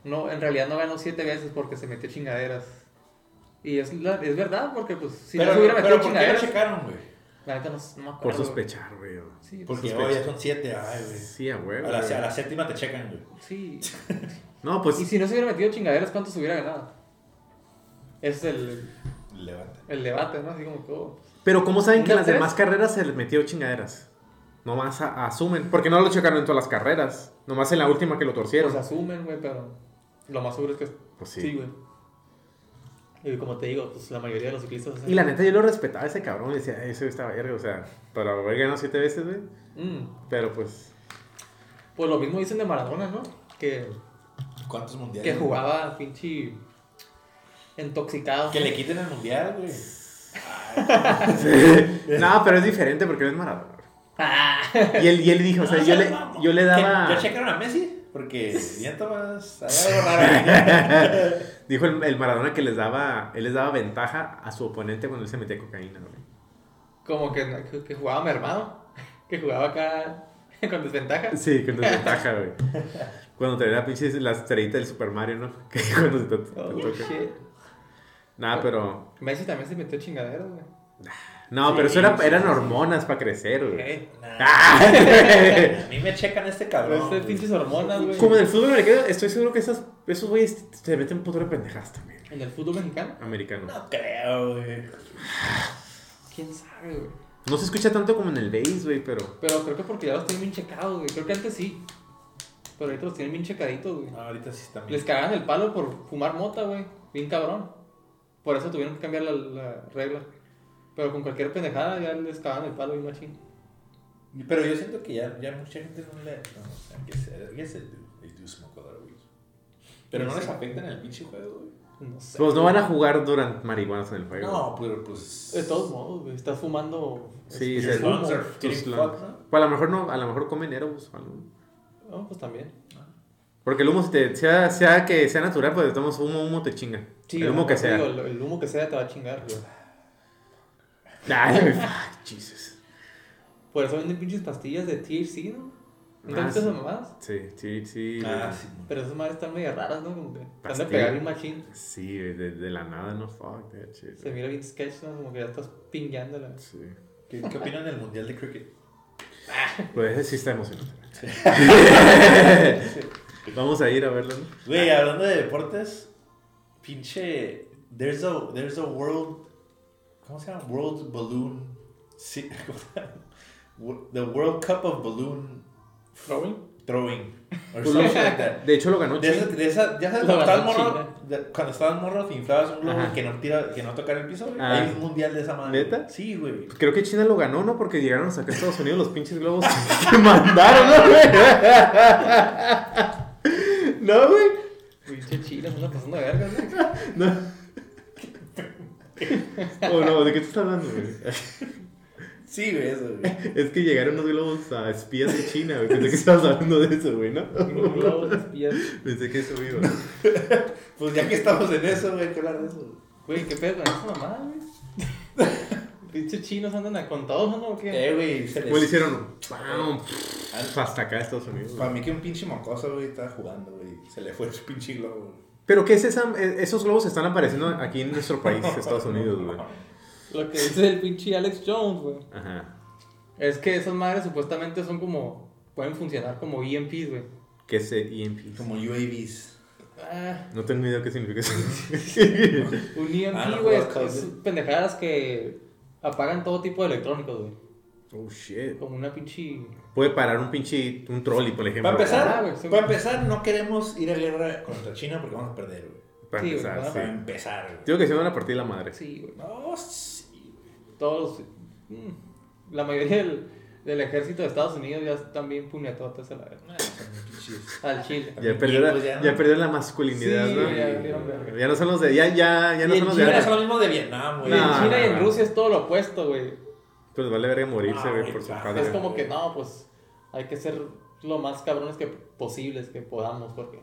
Speaker 4: no, en realidad no ganó siete veces porque se metió chingaderas. Y es, la- es verdad, porque pues si no
Speaker 3: pero
Speaker 4: se hubiera
Speaker 3: pero
Speaker 4: metido
Speaker 3: ¿por qué lo
Speaker 4: chingaderas.
Speaker 3: checaron, güey?
Speaker 4: La neta no, no me acuerdo.
Speaker 1: Por
Speaker 4: güey.
Speaker 1: sospechar, güey. o-
Speaker 4: Sí, pues,
Speaker 3: Porque
Speaker 1: Sospecha.
Speaker 3: hoy ya son siete, ay, güey.
Speaker 1: Sí, a huevo.
Speaker 3: A la,
Speaker 1: güey.
Speaker 3: a la séptima te checan, güey.
Speaker 4: sí.
Speaker 1: No, pues.
Speaker 4: Y si no se hubiera metido chingaderas, ¿cuánto se hubiera ganado? Ese es el,
Speaker 3: Levanta.
Speaker 4: el debate, ¿no? Así como todo.
Speaker 1: Pero ¿cómo saben que en
Speaker 4: ¿Una
Speaker 1: las
Speaker 4: tres?
Speaker 1: demás carreras se les metió chingaderas? Nomás a- asumen. Porque no lo checaron en todas las carreras. Nomás en la última que lo torcieron.
Speaker 4: Pues asumen, güey, pero lo más seguro es que
Speaker 1: Pues sí.
Speaker 4: güey. Y como te digo, pues la mayoría de los ciclistas hacen-
Speaker 1: y la neta, yo lo respetaba a ese cabrón. y Decía, eso está verga. O sea, para haber ganado siete veces, güey.
Speaker 4: Mm,
Speaker 1: Pero pues.
Speaker 4: pues lo mismo dicen de Maradona, ¿no? Que,
Speaker 3: ¿Cuántos mundiales?
Speaker 4: que jugaba pinche intoxicado.
Speaker 3: Que le quiten el mundial, güey.
Speaker 1: no, pero es diferente porque no es Maradona. güey.
Speaker 4: Ah,
Speaker 1: Y él, y él dijo, o
Speaker 3: Ah,
Speaker 1: sea, yo le, yo le daba.
Speaker 3: ¿Ya checaron a Messi? Porque ya Tomás. Hay algo raro.
Speaker 1: Dijo el, el Maradona que les daba. Él les daba ventaja a su oponente cuando él se metía cocaína, güey.
Speaker 4: como que, no- que- que jugaba mermado. Que jugaba acá con desventaja.
Speaker 1: Sí, con desventaja, güey. Cuando te la pinche la estrellita del Super Mario, ¿no? Que cuando se te, te
Speaker 4: Oh,
Speaker 1: toca.
Speaker 4: shit.
Speaker 1: Nah, pero.
Speaker 4: Messi también se metió chingaderas, güey.
Speaker 1: No,
Speaker 3: Sí,
Speaker 1: pero eso era,
Speaker 3: sí,
Speaker 1: eran
Speaker 3: sí.
Speaker 1: hormonas para crecer, güey.
Speaker 4: Ey,
Speaker 3: Nah,
Speaker 1: ¡Ah! güey.
Speaker 3: A mí me checan este
Speaker 4: pero
Speaker 3: cabrón.
Speaker 4: este
Speaker 3: güey.
Speaker 4: pinches hormonas, güey.
Speaker 1: Como en el fútbol americano, estoy seguro que esas, esos güeyes se meten un puto de pendejas también.
Speaker 4: ¿En el fútbol mexicano?
Speaker 1: Americano.
Speaker 3: No creo, güey.
Speaker 4: ¿Quién sabe, güey?
Speaker 1: No se escucha tanto como en el base, güey, pero.
Speaker 4: Pero creo que porque ya los tienen bien checados, güey. Creo que antes sí. Pero ahorita los tienen bien checaditos, güey.
Speaker 3: No, ahorita sí están bien.
Speaker 4: Les cagaban el palo por fumar mota, güey. Bien cabrón. Por eso tuvieron que cambiar la, la regla. Pero con cualquier pendejada ya les cagaban el palo bien machín.
Speaker 3: Pero yo siento que ya, ya mucha gente no le. No, o sea, que se. Que se. They do smoke a lot of weed. Pero no les afecta en el pinche juego, güey.
Speaker 4: No sé.
Speaker 1: Pues no van a jugar durante marihuanas en el juego.
Speaker 3: No, pero pues.
Speaker 4: De todos modos, güey. Estás fumando.
Speaker 1: Sí,
Speaker 4: es-
Speaker 1: se-
Speaker 3: Your
Speaker 4: humo.
Speaker 3: lungs are
Speaker 1: tus
Speaker 3: getting
Speaker 1: lungs.
Speaker 3: fucked, ¿no?
Speaker 1: Pues a lo mejor no, a lo mejor comen Erebus o algo.
Speaker 4: No, pues también.
Speaker 1: Porque el humo, si te- sea, sea que sea natural, pues tomas humo, humo te chinga. el humo
Speaker 4: no,
Speaker 1: que
Speaker 4: te
Speaker 1: sea.
Speaker 4: digo, el, el humo que sea te va a chingar, güey.
Speaker 1: Ay, güey, fuck, Jesus.
Speaker 4: Por eso venden pinches pastillas de THC, ¿no? ¿Nunca
Speaker 1: Ah,
Speaker 4: has visto
Speaker 1: sí.
Speaker 4: esas mamadas?
Speaker 1: Sí, sí, sí.
Speaker 3: Ah,
Speaker 1: güey.
Speaker 3: sí.
Speaker 4: Pero esas madres están medio raras, ¿no? Como que están de
Speaker 1: Pastillas.
Speaker 4: pegar bien machín.
Speaker 1: Sí, güey, de, de la nada, no fuck, that shit.
Speaker 4: Se mira bien sketch, ¿no? Como que ya estás pingueándola.
Speaker 1: Sí.
Speaker 3: ¿Qué, ¿Qué opinan del mundial de cricket?
Speaker 1: Pues ese sí está emocionante. Vamos a ir a verlo, ¿no?
Speaker 3: Güey, hablando de deportes, pinche. There's a, there's a world. ¿Cómo se llama? World Balloon. Sí, ¿cómo se llama? Wo- The World Cup of Balloon
Speaker 4: ¿Robin?
Speaker 3: Throwing. Or
Speaker 1: Pues lo-
Speaker 3: something like that.
Speaker 1: de hecho lo ganó
Speaker 3: De esa,
Speaker 1: Chile.
Speaker 3: de esa, ya sabes,
Speaker 4: Lo
Speaker 3: cuando estabas
Speaker 4: ganó
Speaker 3: morro, de- cuando estabas morro te inflabas un globo
Speaker 1: Ajá.
Speaker 3: que no, tira, que no tocara el piso, güey.
Speaker 1: Ah.
Speaker 3: Hay un mundial de esa madre.
Speaker 1: ¿Neta?
Speaker 3: Sí, güey.
Speaker 1: Pues Creo que China lo ganó, ¿no? Porque llegaron hasta acá a Estados Unidos los pinches globos que mandaron, ¿no, güey? No, güey.
Speaker 4: Pinche chila, una pasando de verga, ¿no?
Speaker 1: No. Oh, no, ¿de qué te estás hablando, güey?
Speaker 3: Sí, güey, eso, güey.
Speaker 1: Es que llegaron unos globos a espías de China, güey. Pensé que estabas hablando de eso, güey, ¿no?
Speaker 4: Un globo de espías.
Speaker 1: Pensé que eso iba.
Speaker 3: Pues ya que estamos en eso, güey, hay que hablar de eso. güey.
Speaker 4: Güey, qué pedo con esa mamada, güey. Pinche chinos andan a- con todos, ¿no? ¿O qué?
Speaker 3: Eh, güey, se les-
Speaker 1: ¿Cómo le hicieron? ¡Pam!
Speaker 3: Al-
Speaker 1: Hasta acá, Estados Unidos.
Speaker 3: Para mí que un pinche mocoso, güey, estaba jugando, güey. Se le fue el pinche globo.
Speaker 1: ¿Pero qué es esa? e- Esos globos están apareciendo aquí en nuestro país, Estados Unidos, güey.
Speaker 4: Lo que dice el pinche Alex Jones, güey.
Speaker 1: Ajá.
Speaker 4: Es que esas madres supuestamente son como. Pueden funcionar como EMPs, güey.
Speaker 1: ¿Qué es el EMP?
Speaker 3: Como UAVs.
Speaker 4: Ah,
Speaker 1: No tengo idea qué significa eso.
Speaker 4: un EMP,
Speaker 3: Ah, no,
Speaker 4: güey,
Speaker 3: no, no,
Speaker 4: es, es pendejadas que apagan todo tipo de electrónicos, güey.
Speaker 1: oh, shit.
Speaker 4: Como una pinche.
Speaker 1: Puede parar un pinche... Un trolley, por ejemplo.
Speaker 3: Para empezar,
Speaker 4: Ah, güey, sí.
Speaker 3: para empezar, no queremos ir a guerra contra China porque vamos a perder, güey.
Speaker 1: Para
Speaker 4: Sí,
Speaker 1: empezar,
Speaker 4: ¿verdad?
Speaker 1: sí.
Speaker 3: Para empezar, güey.
Speaker 1: Digo que se van a partir la madre.
Speaker 4: Sí, güey.
Speaker 3: No, sí. güey.
Speaker 4: Todos. los- mm, La mayoría del, del ejército de Estados Unidos ya están bien puñetotas a la verga.
Speaker 3: Ah, son pinches.
Speaker 4: Al chile.
Speaker 1: Ya perdieron,
Speaker 3: Pues ya no.
Speaker 1: ya perdieron la masculinidad,
Speaker 4: Sí,
Speaker 1: ¿no?
Speaker 4: ya valieron verga.
Speaker 1: Ya no son los de... Ya, ya, ya no son
Speaker 4: Y en
Speaker 1: los de...
Speaker 4: China
Speaker 3: China
Speaker 1: antes.
Speaker 3: son lo mismo de Vietnam, güey.
Speaker 4: Y en
Speaker 1: No,
Speaker 4: China y
Speaker 1: no,
Speaker 4: en
Speaker 1: no.
Speaker 4: Rusia es todo lo opuesto, güey.
Speaker 1: Pues vale verga morirse,
Speaker 3: Ah,
Speaker 1: güey,
Speaker 3: güey,
Speaker 1: por su
Speaker 3: claro.
Speaker 1: padre.
Speaker 4: Es como que no, pues hay que ser lo más cabrones que posibles que podamos, porque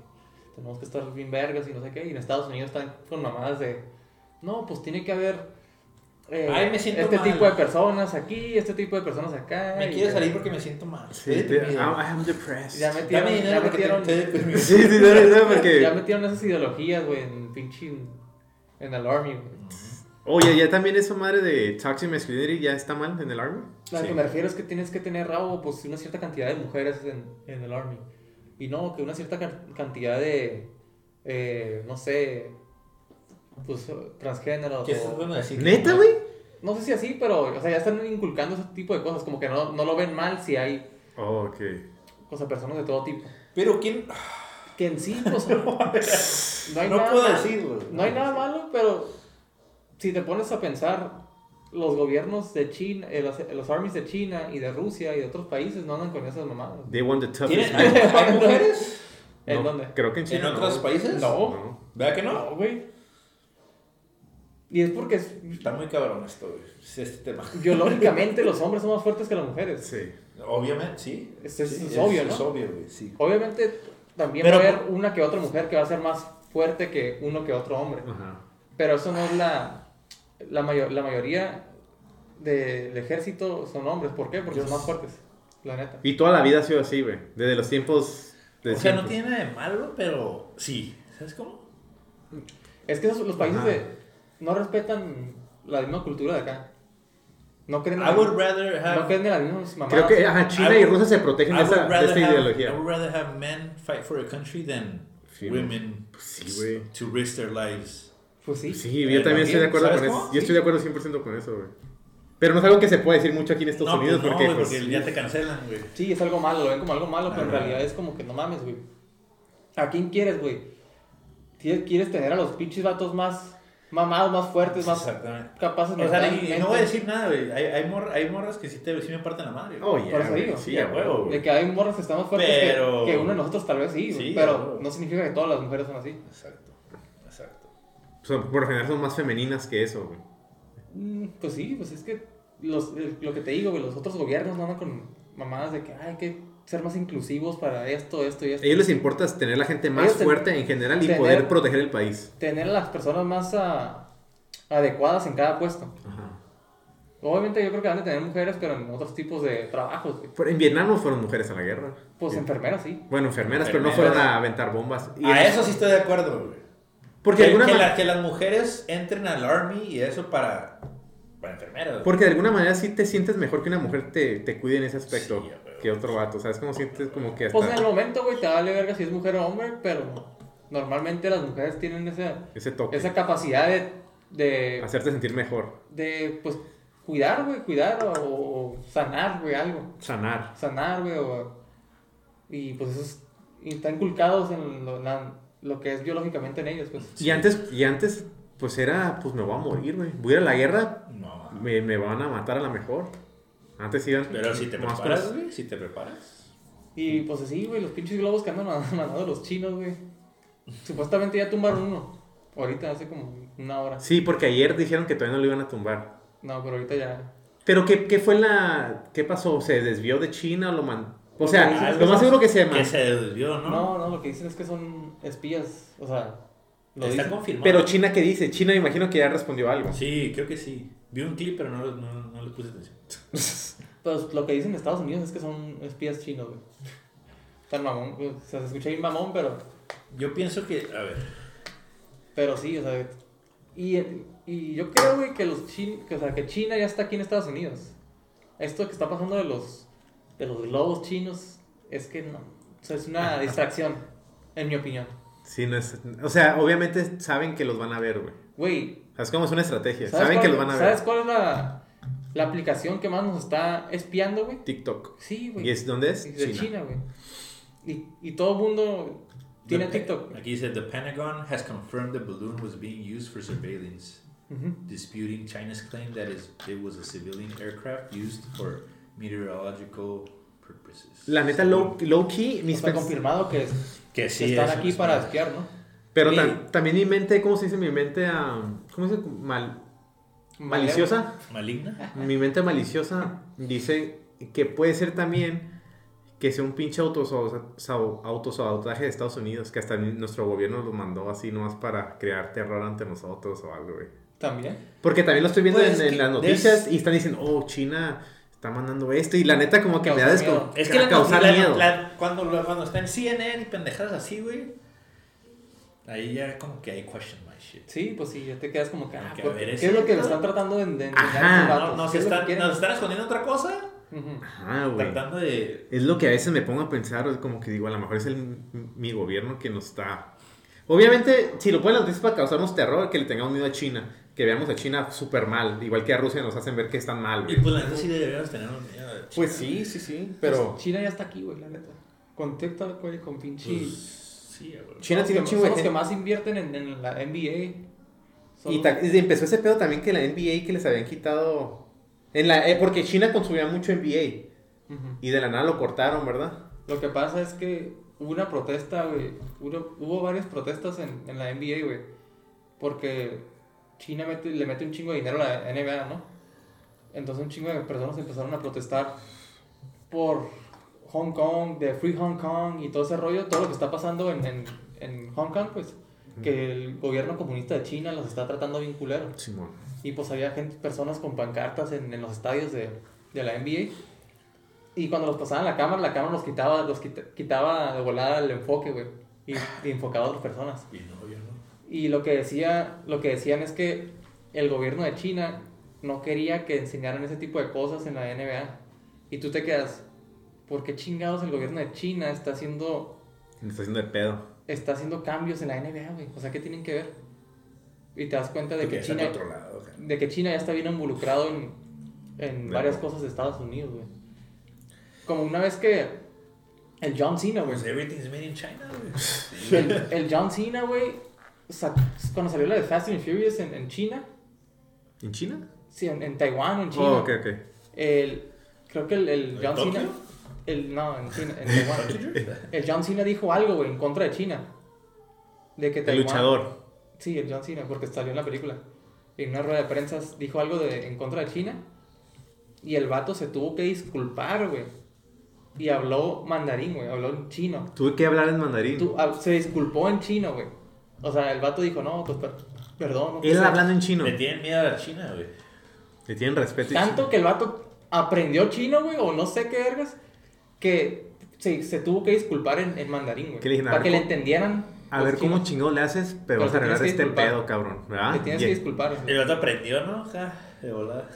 Speaker 4: tenemos que estar bien vergas y no sé qué. Y en Estados Unidos están con mamadas de, no, pues tiene que haber eh,
Speaker 3: Ay, me siento
Speaker 4: este
Speaker 3: mal.
Speaker 4: tipo de personas aquí, este tipo de personas acá.
Speaker 3: Me
Speaker 4: y
Speaker 3: quiero
Speaker 4: ya-
Speaker 3: salir porque me siento mal.
Speaker 1: Sí, te- ah, I'm, I'm depressed.
Speaker 4: Ya
Speaker 3: Dame
Speaker 4: metieron,
Speaker 3: dinero
Speaker 4: ya
Speaker 3: porque pues,
Speaker 4: metieron,
Speaker 3: te- te- te-
Speaker 1: Sí, sí, no, no, no,
Speaker 4: ya
Speaker 1: porque.
Speaker 4: metieron esas ideologías, güey, en pinche, en el Army, güey.
Speaker 1: Oye, ya también esa madre de Toxic Masculinity ya está mal en el Army.
Speaker 4: A lo
Speaker 5: Sí.
Speaker 4: que pues, me refiero es que tienes que tener rabo, pues una cierta cantidad de mujeres en, en el Army. Y no, que una cierta can- cantidad de, eh, no sé, pues transgénero.
Speaker 3: ¿Qué estás tratando de decir?
Speaker 1: ¿Neta, güey?
Speaker 4: No sé si así, pero o sea, ya están inculcando ese tipo de cosas, como que no, no lo ven mal si hay
Speaker 1: Oh, ok.
Speaker 4: o sea, personas de todo tipo.
Speaker 3: Pero quién.
Speaker 4: Que en sí, pues, no hay
Speaker 5: No
Speaker 4: nada
Speaker 5: puedo
Speaker 4: mal-
Speaker 5: decirlo.
Speaker 4: No hay nada malo, pero si te pones a pensar, los gobiernos de China, eh, las- los, armies de China y de Rusia y de otros países no andan con esas mamadas.
Speaker 1: They want the toughest.
Speaker 3: ¿Tienen, hay, hay mujeres?
Speaker 1: No,
Speaker 4: ¿En dónde?
Speaker 1: Creo que en
Speaker 3: ¿En
Speaker 1: China.
Speaker 3: otros
Speaker 1: no.
Speaker 3: países?
Speaker 4: No.
Speaker 1: No.
Speaker 3: ¿Verdad que no?
Speaker 4: No, güey. Y es porque es-
Speaker 3: Está muy cabrón esto, güey. Es Este tema.
Speaker 4: biológicamente los hombres son más fuertes que las mujeres.
Speaker 1: Sí.
Speaker 3: Obviamente, sí.
Speaker 1: Este
Speaker 4: Es- es-
Speaker 3: Sí,
Speaker 4: es obvio,
Speaker 3: Es
Speaker 4: ¿no?
Speaker 3: obvio, güey, sí.
Speaker 4: Obviamente también
Speaker 3: Pero-
Speaker 4: va a haber una que otra mujer que va a ser más fuerte que uno que otro hombre.
Speaker 1: Ajá.
Speaker 4: Pero eso no es la. La, mayo- la mayoría del ejército son hombres. ¿Por qué? Porque
Speaker 3: Yo
Speaker 4: son más
Speaker 3: s-
Speaker 4: fuertes. La neta.
Speaker 1: Y toda la vida ha sido así, güey. Desde los tiempos. De
Speaker 3: O sea, no
Speaker 1: siempre.
Speaker 3: tiene nada de malo, pero sí. ¿Sabes cómo?
Speaker 4: Es que esos, los países
Speaker 1: Ajá.
Speaker 4: de, no respetan la misma cultura de acá. No creen en,
Speaker 3: I would rather
Speaker 4: no
Speaker 3: have.
Speaker 4: creen en las mismas mamadas.
Speaker 1: Creo que ajá, China
Speaker 3: I
Speaker 1: y
Speaker 3: would-
Speaker 1: Rusia se protegen de
Speaker 3: I would
Speaker 1: esa, de
Speaker 3: rather
Speaker 1: esta
Speaker 3: have- I
Speaker 1: ideología.
Speaker 3: would rather have men fight for a country than
Speaker 1: Sí,
Speaker 3: women
Speaker 1: Pues sí, güey.
Speaker 3: to risk their lives.
Speaker 4: Pues sí.
Speaker 1: Sí,
Speaker 3: Eh,
Speaker 1: yo también estoy de acuerdo
Speaker 3: ¿sabes
Speaker 1: con eso.
Speaker 3: cómo?
Speaker 1: Yo estoy de acuerdo 100% con eso, güey. Pero no es algo que se pueda decir mucho aquí en Estados
Speaker 3: no,
Speaker 1: Unidos
Speaker 3: pues no,
Speaker 1: porque,
Speaker 3: güey,
Speaker 1: pues,
Speaker 3: porque ya te cancelan, güey.
Speaker 4: Sí, es algo malo, lo ven como algo malo, pero en
Speaker 3: Ajá.
Speaker 4: realidad es como que no mames, güey. ¿A quién quieres, güey? ¿Quieres- ¿Quieres tener a los pinches vatos más mamados, más fuertes, más
Speaker 3: Exactamente.
Speaker 4: capaces
Speaker 3: O sea, y- y
Speaker 4: mentalmente?
Speaker 3: no voy a decir nada, güey. Hay, hay, morra- hay morras que sí, te, sí me parten la madre. güey.
Speaker 1: Oh, yeah,
Speaker 4: Por eso
Speaker 1: güey,
Speaker 4: digo.
Speaker 1: Sí,
Speaker 3: Sí,
Speaker 1: a
Speaker 3: a huevo,
Speaker 1: huevo, güey.
Speaker 4: De que hay morras que están más fuertes que-
Speaker 3: Pero-
Speaker 4: que, uno de nosotros, tal vez sí, güey,
Speaker 3: Sí,
Speaker 4: pero
Speaker 3: claro.
Speaker 4: no significa que todas las mujeres son así.
Speaker 3: Exacto. Exacto.
Speaker 1: O sea, por lo general son más femeninas que eso, güey.
Speaker 4: Mm, Pues sí, pues es que los, el- lo que te digo, güey, los otros gobiernos no andan con mamadas de que "Ay, hay que ser más inclusivos para esto, esto y
Speaker 1: A
Speaker 4: esto.
Speaker 1: ellos les importa tener la gente más
Speaker 4: Ellos ten-
Speaker 1: fuerte en general y
Speaker 4: tener-
Speaker 1: poder proteger el país.
Speaker 4: Tener a las personas más ah, adecuadas en cada puesto.
Speaker 1: Ajá.
Speaker 4: Obviamente yo creo que van a tener mujeres, pero en otros tipos de trabajos. güey.
Speaker 1: Pero En Vietnam no fueron mujeres a la guerra.
Speaker 4: Pues
Speaker 1: Sí.
Speaker 4: enfermeras, sí.
Speaker 1: Bueno, enfermeras, pero no
Speaker 3: Enfermeras.
Speaker 1: fueron a aventar bombas. Y
Speaker 3: A
Speaker 1: en-
Speaker 3: eso sí estoy de acuerdo, güey.
Speaker 1: Porque
Speaker 3: que,
Speaker 1: alguna
Speaker 3: que
Speaker 1: ma-
Speaker 3: la- que las mujeres entren al army y eso para, para enfermeras. güey.
Speaker 1: Porque de alguna manera sí te sientes mejor que una mujer te, te cuide en ese aspecto
Speaker 3: Sí, a huevo.
Speaker 1: que otro vato. O sea, es como sientes como que hasta
Speaker 4: Pues en el momento, güey, te vale verga si es mujer o hombre, pero normalmente las mujeres tienen esa,
Speaker 1: ese toque.
Speaker 4: esa capacidad de, de,
Speaker 1: Hacerte sentir mejor.
Speaker 4: de, pues, cuidar, güey, cuidar o, o sanar, güey, algo.
Speaker 1: Sanar.
Speaker 4: Sanar, güey, o- Y pues eso es- y está inculcados en lo, la- lo que es biológicamente en ellos, pues.
Speaker 1: Y antes, y antes, pues era, pues me voy a morir, güey. Voy a ir a la guerra,
Speaker 3: No,
Speaker 1: me, me van a matar a la mejor. Antes iban.
Speaker 3: pero si te
Speaker 1: más
Speaker 3: preparas,
Speaker 1: con-
Speaker 3: güey, si te preparas.
Speaker 4: Y pues así, güey, los pinches globos que andan man- mandando los chinos, güey. Supuestamente ya tumbaron uno. Ahorita hace como una hora.
Speaker 1: Sí, porque ayer dijeron que todavía no lo iban a tumbar.
Speaker 4: No, pero ahorita ya.
Speaker 1: Pero ¿qué, qué fue la. ¿Qué pasó? ¿Se desvió de China o lo man... O sea,
Speaker 4: Ah,
Speaker 1: lo más seguro que se
Speaker 3: Que
Speaker 1: man...
Speaker 3: se desvió, ¿no?
Speaker 4: No, no, lo que dicen es que son espías. O sea, lo
Speaker 3: Está
Speaker 4: dicen.
Speaker 3: confirmado.
Speaker 1: Pero China, ¿qué dice? China, me imagino que ya respondió algo.
Speaker 3: Sí, creo que sí. Vi un clip, pero no, lo- no, no le puse atención.
Speaker 4: Pues lo que dicen en Estados Unidos es que son espías chinos, güey. Tan mamón, güey. O sea, se escucha bien mamón, pero.
Speaker 3: Yo pienso que, a ver,
Speaker 4: Pero sí, o sea. Y, y yo creo, güey, que los chin, que, o sea, que China ya está aquí en Estados Unidos. Esto que está pasando de los, de los globos chinos es que no. O sea, es una distracción, en mi opinión.
Speaker 1: Sí, no es. O sea, obviamente saben que los van a ver, güey.
Speaker 4: Güey,
Speaker 1: O sea, es como es una estrategia.
Speaker 4: ¿sabes,
Speaker 1: Saben
Speaker 4: cuál,
Speaker 1: que los van a ver.
Speaker 4: ¿sabes cuál es la, la aplicación que más nos está espiando, güey?
Speaker 1: TikTok.
Speaker 4: Sí, güey.
Speaker 1: ¿Y es dónde es?
Speaker 4: de China, güey. Y, y todo el mundo tiene
Speaker 3: the-
Speaker 4: TikTok.
Speaker 1: eh,
Speaker 3: Aquí dice, the Pentagon has confirmed the balloon was being used for surveillance,
Speaker 4: Ujú.
Speaker 3: disputing China's claim that is- it was a civilian aircraft used for meteorological purposes.
Speaker 1: La neta, low, low key, mis
Speaker 4: O sea,
Speaker 1: pens-
Speaker 4: confirmado que, es-
Speaker 3: Que
Speaker 4: que
Speaker 3: sí
Speaker 4: están
Speaker 3: es un
Speaker 4: aquí para
Speaker 3: espía.
Speaker 4: espiar, ¿no?
Speaker 1: Pero
Speaker 3: Sí.
Speaker 1: tam- también mi mente, ¿cómo se dice? Mi mente ah, ¿Cómo se dice? Mal, maliciosa.
Speaker 3: ¿Maligna?
Speaker 1: Mi mente maliciosa dice que puede ser también que sea un pinche autosao- sao- autosabotaje de Estados Unidos, que hasta ni- nuestro gobierno lo mandó así nomás para crear terror ante nosotros o algo, güey.
Speaker 4: También.
Speaker 1: Porque también lo estoy viendo
Speaker 2: Pues, es
Speaker 1: en, en
Speaker 2: que
Speaker 1: las
Speaker 2: there's-
Speaker 1: noticias y están diciendo, oh, China está mandando esto. Y la neta, como que me da
Speaker 4: Causa
Speaker 1: desco-
Speaker 4: miedo.
Speaker 2: Es que la,
Speaker 1: causar
Speaker 2: la-
Speaker 1: miedo.
Speaker 2: la- cuando, lo- cuando está en CNN y pendejadas así, güey. Ahí ya como que hay question my shit.
Speaker 4: Sí, pues sí, ya te quedas como que. ah,
Speaker 2: Como que, a
Speaker 4: pues,
Speaker 2: ver,
Speaker 4: ¿Qué
Speaker 2: ese-
Speaker 4: es lo que le están tratando de, de enseñar
Speaker 1: Ajá.
Speaker 4: a estos
Speaker 2: No,
Speaker 4: vatos?
Speaker 2: nos,
Speaker 4: ¿Qué es lo que
Speaker 2: están,
Speaker 4: quieren?
Speaker 2: nos están escondiendo otra cosa.
Speaker 4: Ujú.
Speaker 1: Ajá, güey.
Speaker 2: Tratando de.
Speaker 1: Es lo que a veces me pongo a pensar, es como que digo, a lo mejor es el, mi gobierno que nos está... Obviamente, si lo ponen las noticias para causarnos terror, que le tengamos miedo a China, que veamos a China súper mal, igual que a Rusia nos hacen ver que están mal,
Speaker 2: Y
Speaker 1: güey.
Speaker 2: pues la neta sí deberíamos tener un miedo. de-
Speaker 1: Pues sí, sí, sí, pero...
Speaker 4: China ya está aquí, güey, la neta. Con TikTok, güey, con pinche.
Speaker 2: Pues, sí, güey.
Speaker 1: China
Speaker 4: Son
Speaker 1: tiene un
Speaker 4: los que-
Speaker 1: chingo
Speaker 4: son
Speaker 1: de
Speaker 4: los que
Speaker 1: gente.
Speaker 4: más invierten en, en la NBA. Son
Speaker 1: Y
Speaker 4: los-
Speaker 1: ta- empezó ese pedo también que la NBA que les habían quitado... En la, eh, porque China consumía mucho NBA
Speaker 4: Ujú.
Speaker 1: y de la nada lo cortaron, ¿verdad?
Speaker 4: Lo que pasa es que hubo una protesta, güey. Hubo, hubo varias protestas en, en la NBA, güey. Porque China mete- le mete un chingo de dinero a la NBA, ¿no? Entonces un chingo de personas empezaron a protestar por Hong Kong, de Free Hong Kong y todo ese rollo, todo lo que está pasando en, en, en Hong Kong, pues. Que el gobierno comunista de China los está tratando bien culero.
Speaker 1: Simón.
Speaker 4: Y pues había gente, personas con pancartas en, en los estadios de, de la NBA. Y cuando los pasaban la cámara, la cámara los quitaba, los quita- quitaba de volada el enfoque, güey. Y, y enfocaba a otras personas.
Speaker 2: Y no, yo no.
Speaker 4: Y lo que, decía, lo que decían es que el gobierno de China no quería que enseñaran ese tipo de cosas en la NBA. Y tú te quedas, ¿por qué chingados el gobierno de China está haciendo
Speaker 1: Me está haciendo de pedo.
Speaker 4: está haciendo cambios en la NBA, güey. O sea, ¿qué tienen que ver? Y te das cuenta de
Speaker 2: Porque
Speaker 4: que,
Speaker 2: está
Speaker 4: China,
Speaker 2: controlado, cara.
Speaker 4: de que China ya está bien involucrado en, en
Speaker 1: De
Speaker 4: varias
Speaker 1: acuerdo.
Speaker 4: cosas de Estados Unidos, güey. Como una vez que el John Cena, güey.
Speaker 2: Pues everything's made in China, güey.
Speaker 4: El, el John Cena, güey, sa- cuando salió la de Fast and Furious en, en China,
Speaker 1: ¿En China?
Speaker 4: sí, en, en Taiwán o en China,
Speaker 1: Oh, ok, ok.
Speaker 4: el, creo que el, el
Speaker 2: ¿En
Speaker 4: John
Speaker 2: Tokio?
Speaker 4: Cena... El, no, en China, en Taiwán.
Speaker 2: Pero
Speaker 4: El John Cena dijo algo, güey, en contra de China. De que
Speaker 1: El
Speaker 4: Taiwán-
Speaker 1: luchador.
Speaker 4: Sí, el John Cena, porque salió en la película. En una rueda de prensa dijo algo de, en contra de China. Y el vato se tuvo que disculpar, güey. Y habló mandarín, güey. Habló en chino.
Speaker 1: Tuve que hablar en mandarín.
Speaker 4: Tu- ah, se disculpó en chino, güey. O sea, el vato dijo, no, pues per- perdón. no
Speaker 1: Él
Speaker 4: quise".
Speaker 1: hablando en chino.
Speaker 2: Le tienen miedo a la China, güey.
Speaker 1: Le tienen respeto. y
Speaker 4: Tanto que el vato aprendió chino, güey, o no sé qué vergas, que se, se tuvo que disculpar en, en mandarín, güey.
Speaker 1: ¿Qué le dijeron? A ver,
Speaker 4: Para que le
Speaker 1: ¿cómo-
Speaker 4: entendieran.
Speaker 1: A
Speaker 4: los
Speaker 1: ver cómo
Speaker 4: chinos.
Speaker 1: chingón le haces, pero,
Speaker 4: Pero
Speaker 1: vas a
Speaker 4: te tienes
Speaker 1: arreglar
Speaker 4: que
Speaker 1: este
Speaker 4: disculpar.
Speaker 1: pedo, cabrón. ¿Verdad?
Speaker 4: Te tienes
Speaker 1: Y-
Speaker 4: que disculpar. güey.
Speaker 2: El vato aprendió, ¿no? Ja, de volada.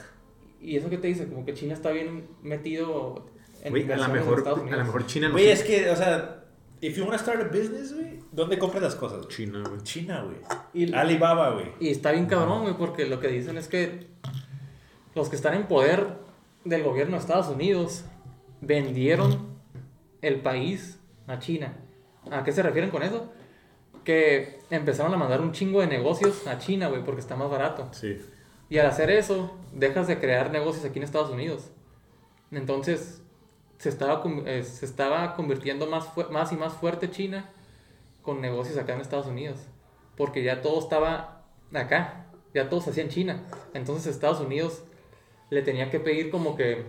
Speaker 4: Y eso que te dice, como que China está bien metido en
Speaker 1: Güey, a lo
Speaker 4: inversiones en
Speaker 1: mejor,
Speaker 4: Estados
Speaker 1: a
Speaker 4: Unidos.
Speaker 1: lo mejor China no
Speaker 2: Güey,
Speaker 1: sé-
Speaker 2: es que, o sea, if you want to start a business, güey, ¿dónde compras las cosas? güey?
Speaker 1: China, güey.
Speaker 2: China, güey.
Speaker 4: Y-
Speaker 2: Alibaba, güey.
Speaker 4: Y está bien cabrón, güey, porque lo que dicen es que los que están en poder del gobierno de Estados Unidos vendieron el país a China. ¿A qué se refieren con eso? Que empezaron a mandar un chingo de negocios a China, güey, porque está más barato.
Speaker 1: Sí.
Speaker 4: Y al hacer eso, dejas de crear negocios aquí en Estados Unidos. Entonces, se estaba, con- eh, se estaba convirtiendo más, fu- más y más fuerte China con negocios acá en Estados Unidos. Porque ya todo estaba acá, ya todo se hacía en China. Entonces Estados Unidos le tenía que pedir como que...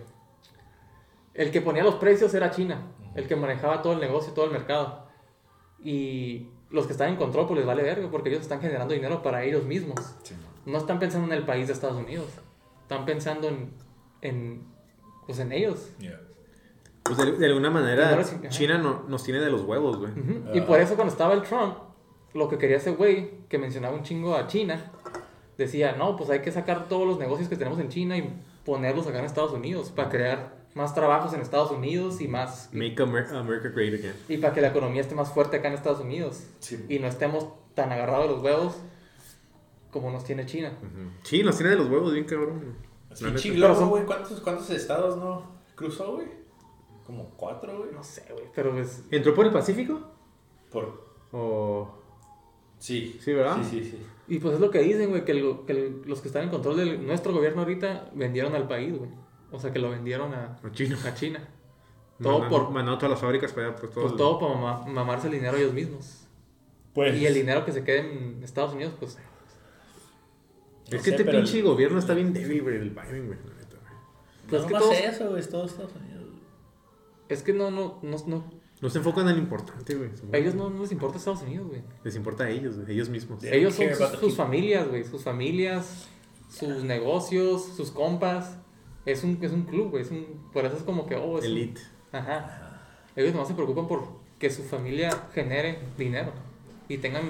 Speaker 4: El que ponía los precios era China, el que manejaba todo el negocio, todo el mercado. Y los que están en control, pues les vale verga, porque ellos están generando dinero para ellos mismos no están pensando en el país de Estados Unidos. Están pensando en, en pues en ellos.
Speaker 2: Yeah.
Speaker 1: Pues de, de alguna
Speaker 4: Y
Speaker 1: manera,
Speaker 4: ahora sí, ajá.
Speaker 1: China no- nos tiene de los huevos, güey.
Speaker 4: Ujú. Y por eso cuando estaba el Trump, lo que quería ese güey, que mencionaba un chingo a China, decía, no, pues hay que sacar todos los negocios que tenemos en China y ponerlos acá en Estados Unidos para crear más trabajos en Estados Unidos y más... Y,
Speaker 1: Make Amer- America Great Again.
Speaker 4: y para que la economía esté más fuerte acá en Estados Unidos
Speaker 2: Sí.
Speaker 4: y no estemos tan agarrados de los huevos como nos tiene China.
Speaker 1: Ujú. Sí, nos tiene de los huevos, bien cabrón. La neta.
Speaker 2: Pinche globo, güey. ¿Cuántos, ¿Cuántos estados no cruzó, güey? Como cuatro, güey.
Speaker 4: No sé, güey, pero pues...
Speaker 1: ¿Entró por el Pacífico?
Speaker 2: Por...
Speaker 1: ¿O
Speaker 2: Sí.
Speaker 1: Sí, ¿verdad?
Speaker 2: Sí, sí, sí.
Speaker 4: Y pues es lo que dicen, güey, que, el- que el- los que están en control de nuestro gobierno ahorita vendieron al país, güey. O sea, que lo vendieron a,
Speaker 1: o China?
Speaker 4: a China. Todo
Speaker 1: Mandaron-
Speaker 4: por-
Speaker 1: mandaron todas las fábricas para allá, pues todo.
Speaker 4: Pues todo para mama- mamarse el dinero ellos mismos.
Speaker 2: Pues...
Speaker 4: Y el dinero que se quede en Estados Unidos, pues...
Speaker 1: Es que este pinche gobierno está bien débil, güey. El Biden, güey. la neta, güey.
Speaker 4: Pues
Speaker 2: Pues
Speaker 4: es
Speaker 2: no
Speaker 4: que
Speaker 2: más
Speaker 4: todos-
Speaker 2: eso, güey. Es todo Estados Unidos. güey.
Speaker 4: Es que no, no, no, no.
Speaker 1: No se enfocan en lo importante, güey.
Speaker 4: A ellos no, no les importa Estados Unidos, güey.
Speaker 1: Les importa a ellos, güey, ellos mismos.
Speaker 2: They don't
Speaker 4: Ellos son
Speaker 2: care
Speaker 4: sus,
Speaker 2: about the
Speaker 4: sus
Speaker 2: people.
Speaker 4: familias, güey. Sus familias, sus negocios, sus compas. Es un, es un club, güey. Es un, por eso es como que, oh, es un-
Speaker 1: Elite.
Speaker 4: ajá. Ellos nomás se preocupan por que su familia genere dinero y tengan,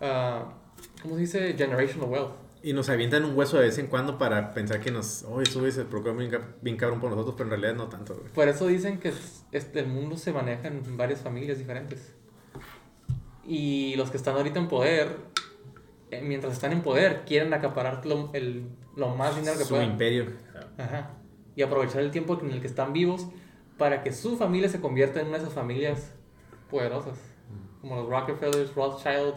Speaker 4: ah, ¿cómo se dice? Generational wealth.
Speaker 1: Y nos avientan un hueso de vez en cuando para pensar que nos. Oh, eso güey, se preocupa bien, ca- bien cabrón por nosotros, pero en realidad no tanto, güey.
Speaker 4: Por eso dicen que es- este, el mundo se maneja en varias familias diferentes. Y los que están ahorita en poder, eh, mientras están en poder, quieren acaparar lo, el- lo más dinero que
Speaker 1: Su
Speaker 4: puedan.
Speaker 1: imperio.
Speaker 4: Ajá. Y aprovechar el tiempo en el que están vivos para que su familia se convierta en una de esas familias poderosas. Como los Rockefellers, Rothschild.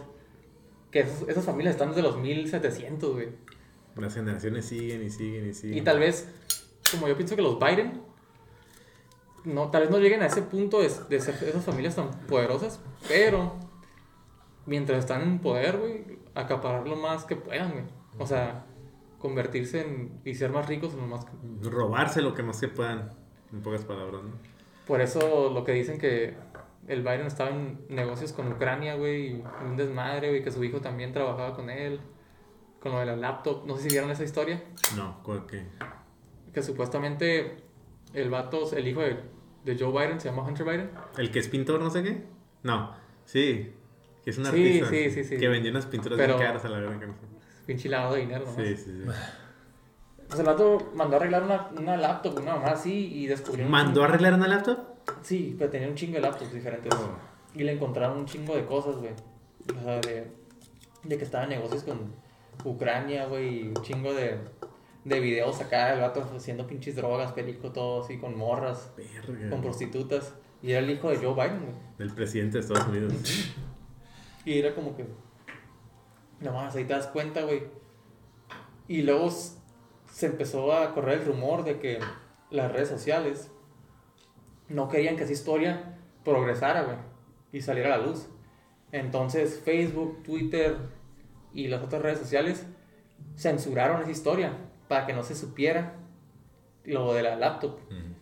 Speaker 4: Que esos- esas familias están desde los 1700, güey.
Speaker 1: Las generaciones siguen y siguen y siguen.
Speaker 4: Y tal vez, como yo pienso que los Biden, no, tal vez no lleguen a ese punto de, de ser esas familias tan poderosas, pero mientras están en poder, güey, acaparar lo más que puedan, güey. O sea, convertirse en, y ser más ricos en lo más que
Speaker 1: Robarse lo que más que puedan. En pocas palabras, ¿no?
Speaker 4: Por eso lo que dicen que el Biden estaba en negocios con Ucrania, güey, y un desmadre, güey, que su hijo también trabajaba con él, con lo de la laptop. No sé si vieron esa historia,
Speaker 1: No, ¿cuál qué?
Speaker 4: que supuestamente el vato, el hijo de, de Joe Biden, se llama Hunter Biden.
Speaker 1: ¿El que es pintor, no sé qué? No, sí. Que es un
Speaker 4: Sí,
Speaker 1: artista.
Speaker 4: sí, sí, sí.
Speaker 1: Que vendió unas pinturas
Speaker 4: Pero-
Speaker 1: bien caras a la verga. que no sé.
Speaker 4: Pinche lavado de dinero, ¿no?
Speaker 1: Sí, sí,
Speaker 4: Pues el vato mandó a arreglar una, una laptop, una mamá así, y
Speaker 1: sí.
Speaker 4: descubrió. un
Speaker 1: ¿Mandó a arreglar una laptop?
Speaker 4: Sí, pero tenía un chingo de laptops diferentes. Y le encontraron un chingo de cosas, güey. O sea, de, de que estaba en negocios con Ucrania, güey. y Un chingo de, de videos acá, el vato haciendo pinches drogas, perico, todo así, con morras, con
Speaker 1: Verga.
Speaker 4: prostitutas. Y era el hijo de Joe Biden, güey.
Speaker 1: Del presidente de Estados Unidos.
Speaker 4: Y era como que. Nomás ahí te das cuenta, güey. Y luego s- se empezó a correr el rumor de que las redes sociales no querían que esa historia progresara, güey, y saliera a la luz. Entonces, Facebook, Twitter y las otras redes sociales censuraron esa historia para que no se supiera lo de la laptop.
Speaker 2: Mm,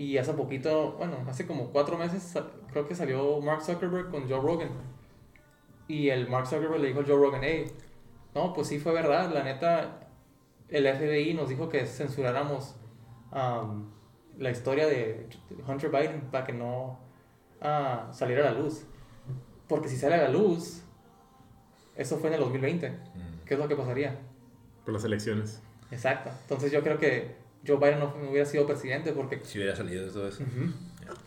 Speaker 4: Y hace poquito, bueno, hace como cuatro meses, sa- creo que salió Mark Zuckerberg con Joe Rogan. Y el Mark Zuckerberg le dijo a Joe Rogan, hey, no, pues sí fue verdad, la neta, el FBI nos dijo que censuráramos um, la historia de Hunter Biden para que no ah, saliera a la luz. Porque si sale a la luz, eso fue en el 2020,
Speaker 2: mm.
Speaker 4: ¿qué es lo que pasaría?
Speaker 1: Por las elecciones.
Speaker 4: Exacto. Entonces yo creo que Joe Biden no hubiera sido presidente porque
Speaker 2: Si hubiera salido todo eso.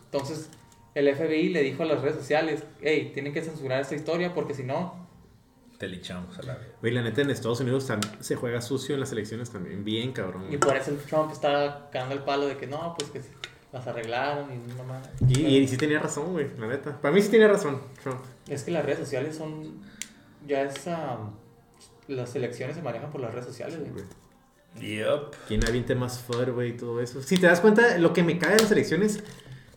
Speaker 4: entonces, el FBI le dijo a las redes sociales, hey, tienen que censurar esta historia porque si no,
Speaker 2: Te linchamos a la vez.
Speaker 1: Güey, la neta en Estados Unidos tam- se juega sucio en las elecciones también. Bien cabrón.
Speaker 4: y
Speaker 1: güey.
Speaker 4: por eso el Trump está cagando el palo de que no, pues que las arreglaron y no mames.
Speaker 1: Y, y sí tenía razón, güey, la neta. Para mí sí tenía razón, Trump.
Speaker 4: Es que las redes sociales son, ya es, ah, las elecciones se manejan por las redes sociales, güey.
Speaker 1: güey.
Speaker 2: Yup.
Speaker 1: ¿Quién aviente más fuerte, güey? Y todo eso. Si te das cuenta, lo que me cae de las elecciones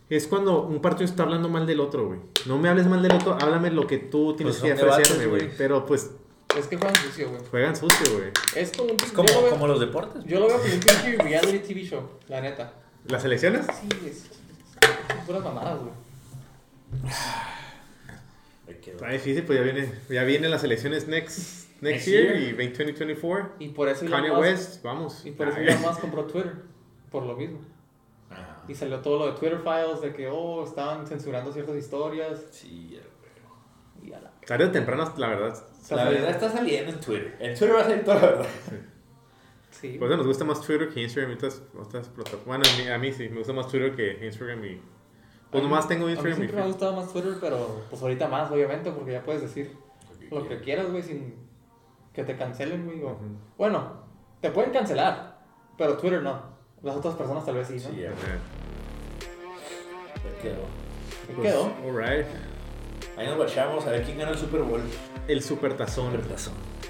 Speaker 1: es cuando un partido está hablando mal del otro, güey. No me hables mal del otro, háblame lo que tú tienes
Speaker 2: son
Speaker 1: que ofrecerme,
Speaker 2: debates,
Speaker 1: güey.
Speaker 2: güey.
Speaker 1: Pero pues
Speaker 4: Es que juegan sucio, güey.
Speaker 1: juegan sucio, güey.
Speaker 4: Es como un
Speaker 2: Es como,
Speaker 4: yo, lo veo,
Speaker 2: como los deportes.
Speaker 4: yo lo veo como un pinche reality TV show, la neta.
Speaker 1: ¿Las elecciones?
Speaker 4: Sí, es, son puras mamadas, güey.
Speaker 2: Me quedo.
Speaker 1: Está difícil, pues ya viene, ya vienen las elecciones next, next
Speaker 4: Next
Speaker 1: year
Speaker 4: year.
Speaker 1: y 20- 2024.
Speaker 4: Y por eso Elon
Speaker 1: Kanye
Speaker 4: Musk-
Speaker 1: West, vamos.
Speaker 4: Y por eso
Speaker 1: Ah,
Speaker 4: Elon Musk compró Twitter, por lo mismo.
Speaker 2: Ah,
Speaker 4: Y salió todo lo de Twitter Files, de que, oh, estaban censurando ciertas historias.
Speaker 2: sí, güey.
Speaker 4: Y a la...
Speaker 1: Tarde o temprano, la verdad.
Speaker 4: Está
Speaker 2: La
Speaker 4: saliendo.
Speaker 2: verdad está saliendo en Twitter. En Twitter va a salir toda la verdad.
Speaker 4: Sí.
Speaker 1: Por eso nos gusta más Twitter que Instagram y otras, otras plataformas. Bueno, a mí, a mí sí, me gusta más Twitter que Instagram y... Pues nomás tengo
Speaker 4: A mí
Speaker 1: Instagram y
Speaker 4: siempre me ha
Speaker 1: Facebook.
Speaker 4: gustado más Twitter, pero pues ahorita más, obviamente, porque ya puedes decir lo que quieras, güey, sin que te cancelen, güey. o-
Speaker 1: Ujú.
Speaker 4: Bueno, te pueden cancelar, pero Twitter no. Las otras personas tal vez sí, ¿no?
Speaker 2: Sí, ya, güey.
Speaker 1: Ajá.
Speaker 2: Me quedo.
Speaker 4: ¿Qué
Speaker 1: Pues,
Speaker 4: quedó?
Speaker 1: alright.
Speaker 2: Ahí nos bachamos a ver quién gana el Super Bowl.
Speaker 1: El supertazón.
Speaker 2: Supertazón.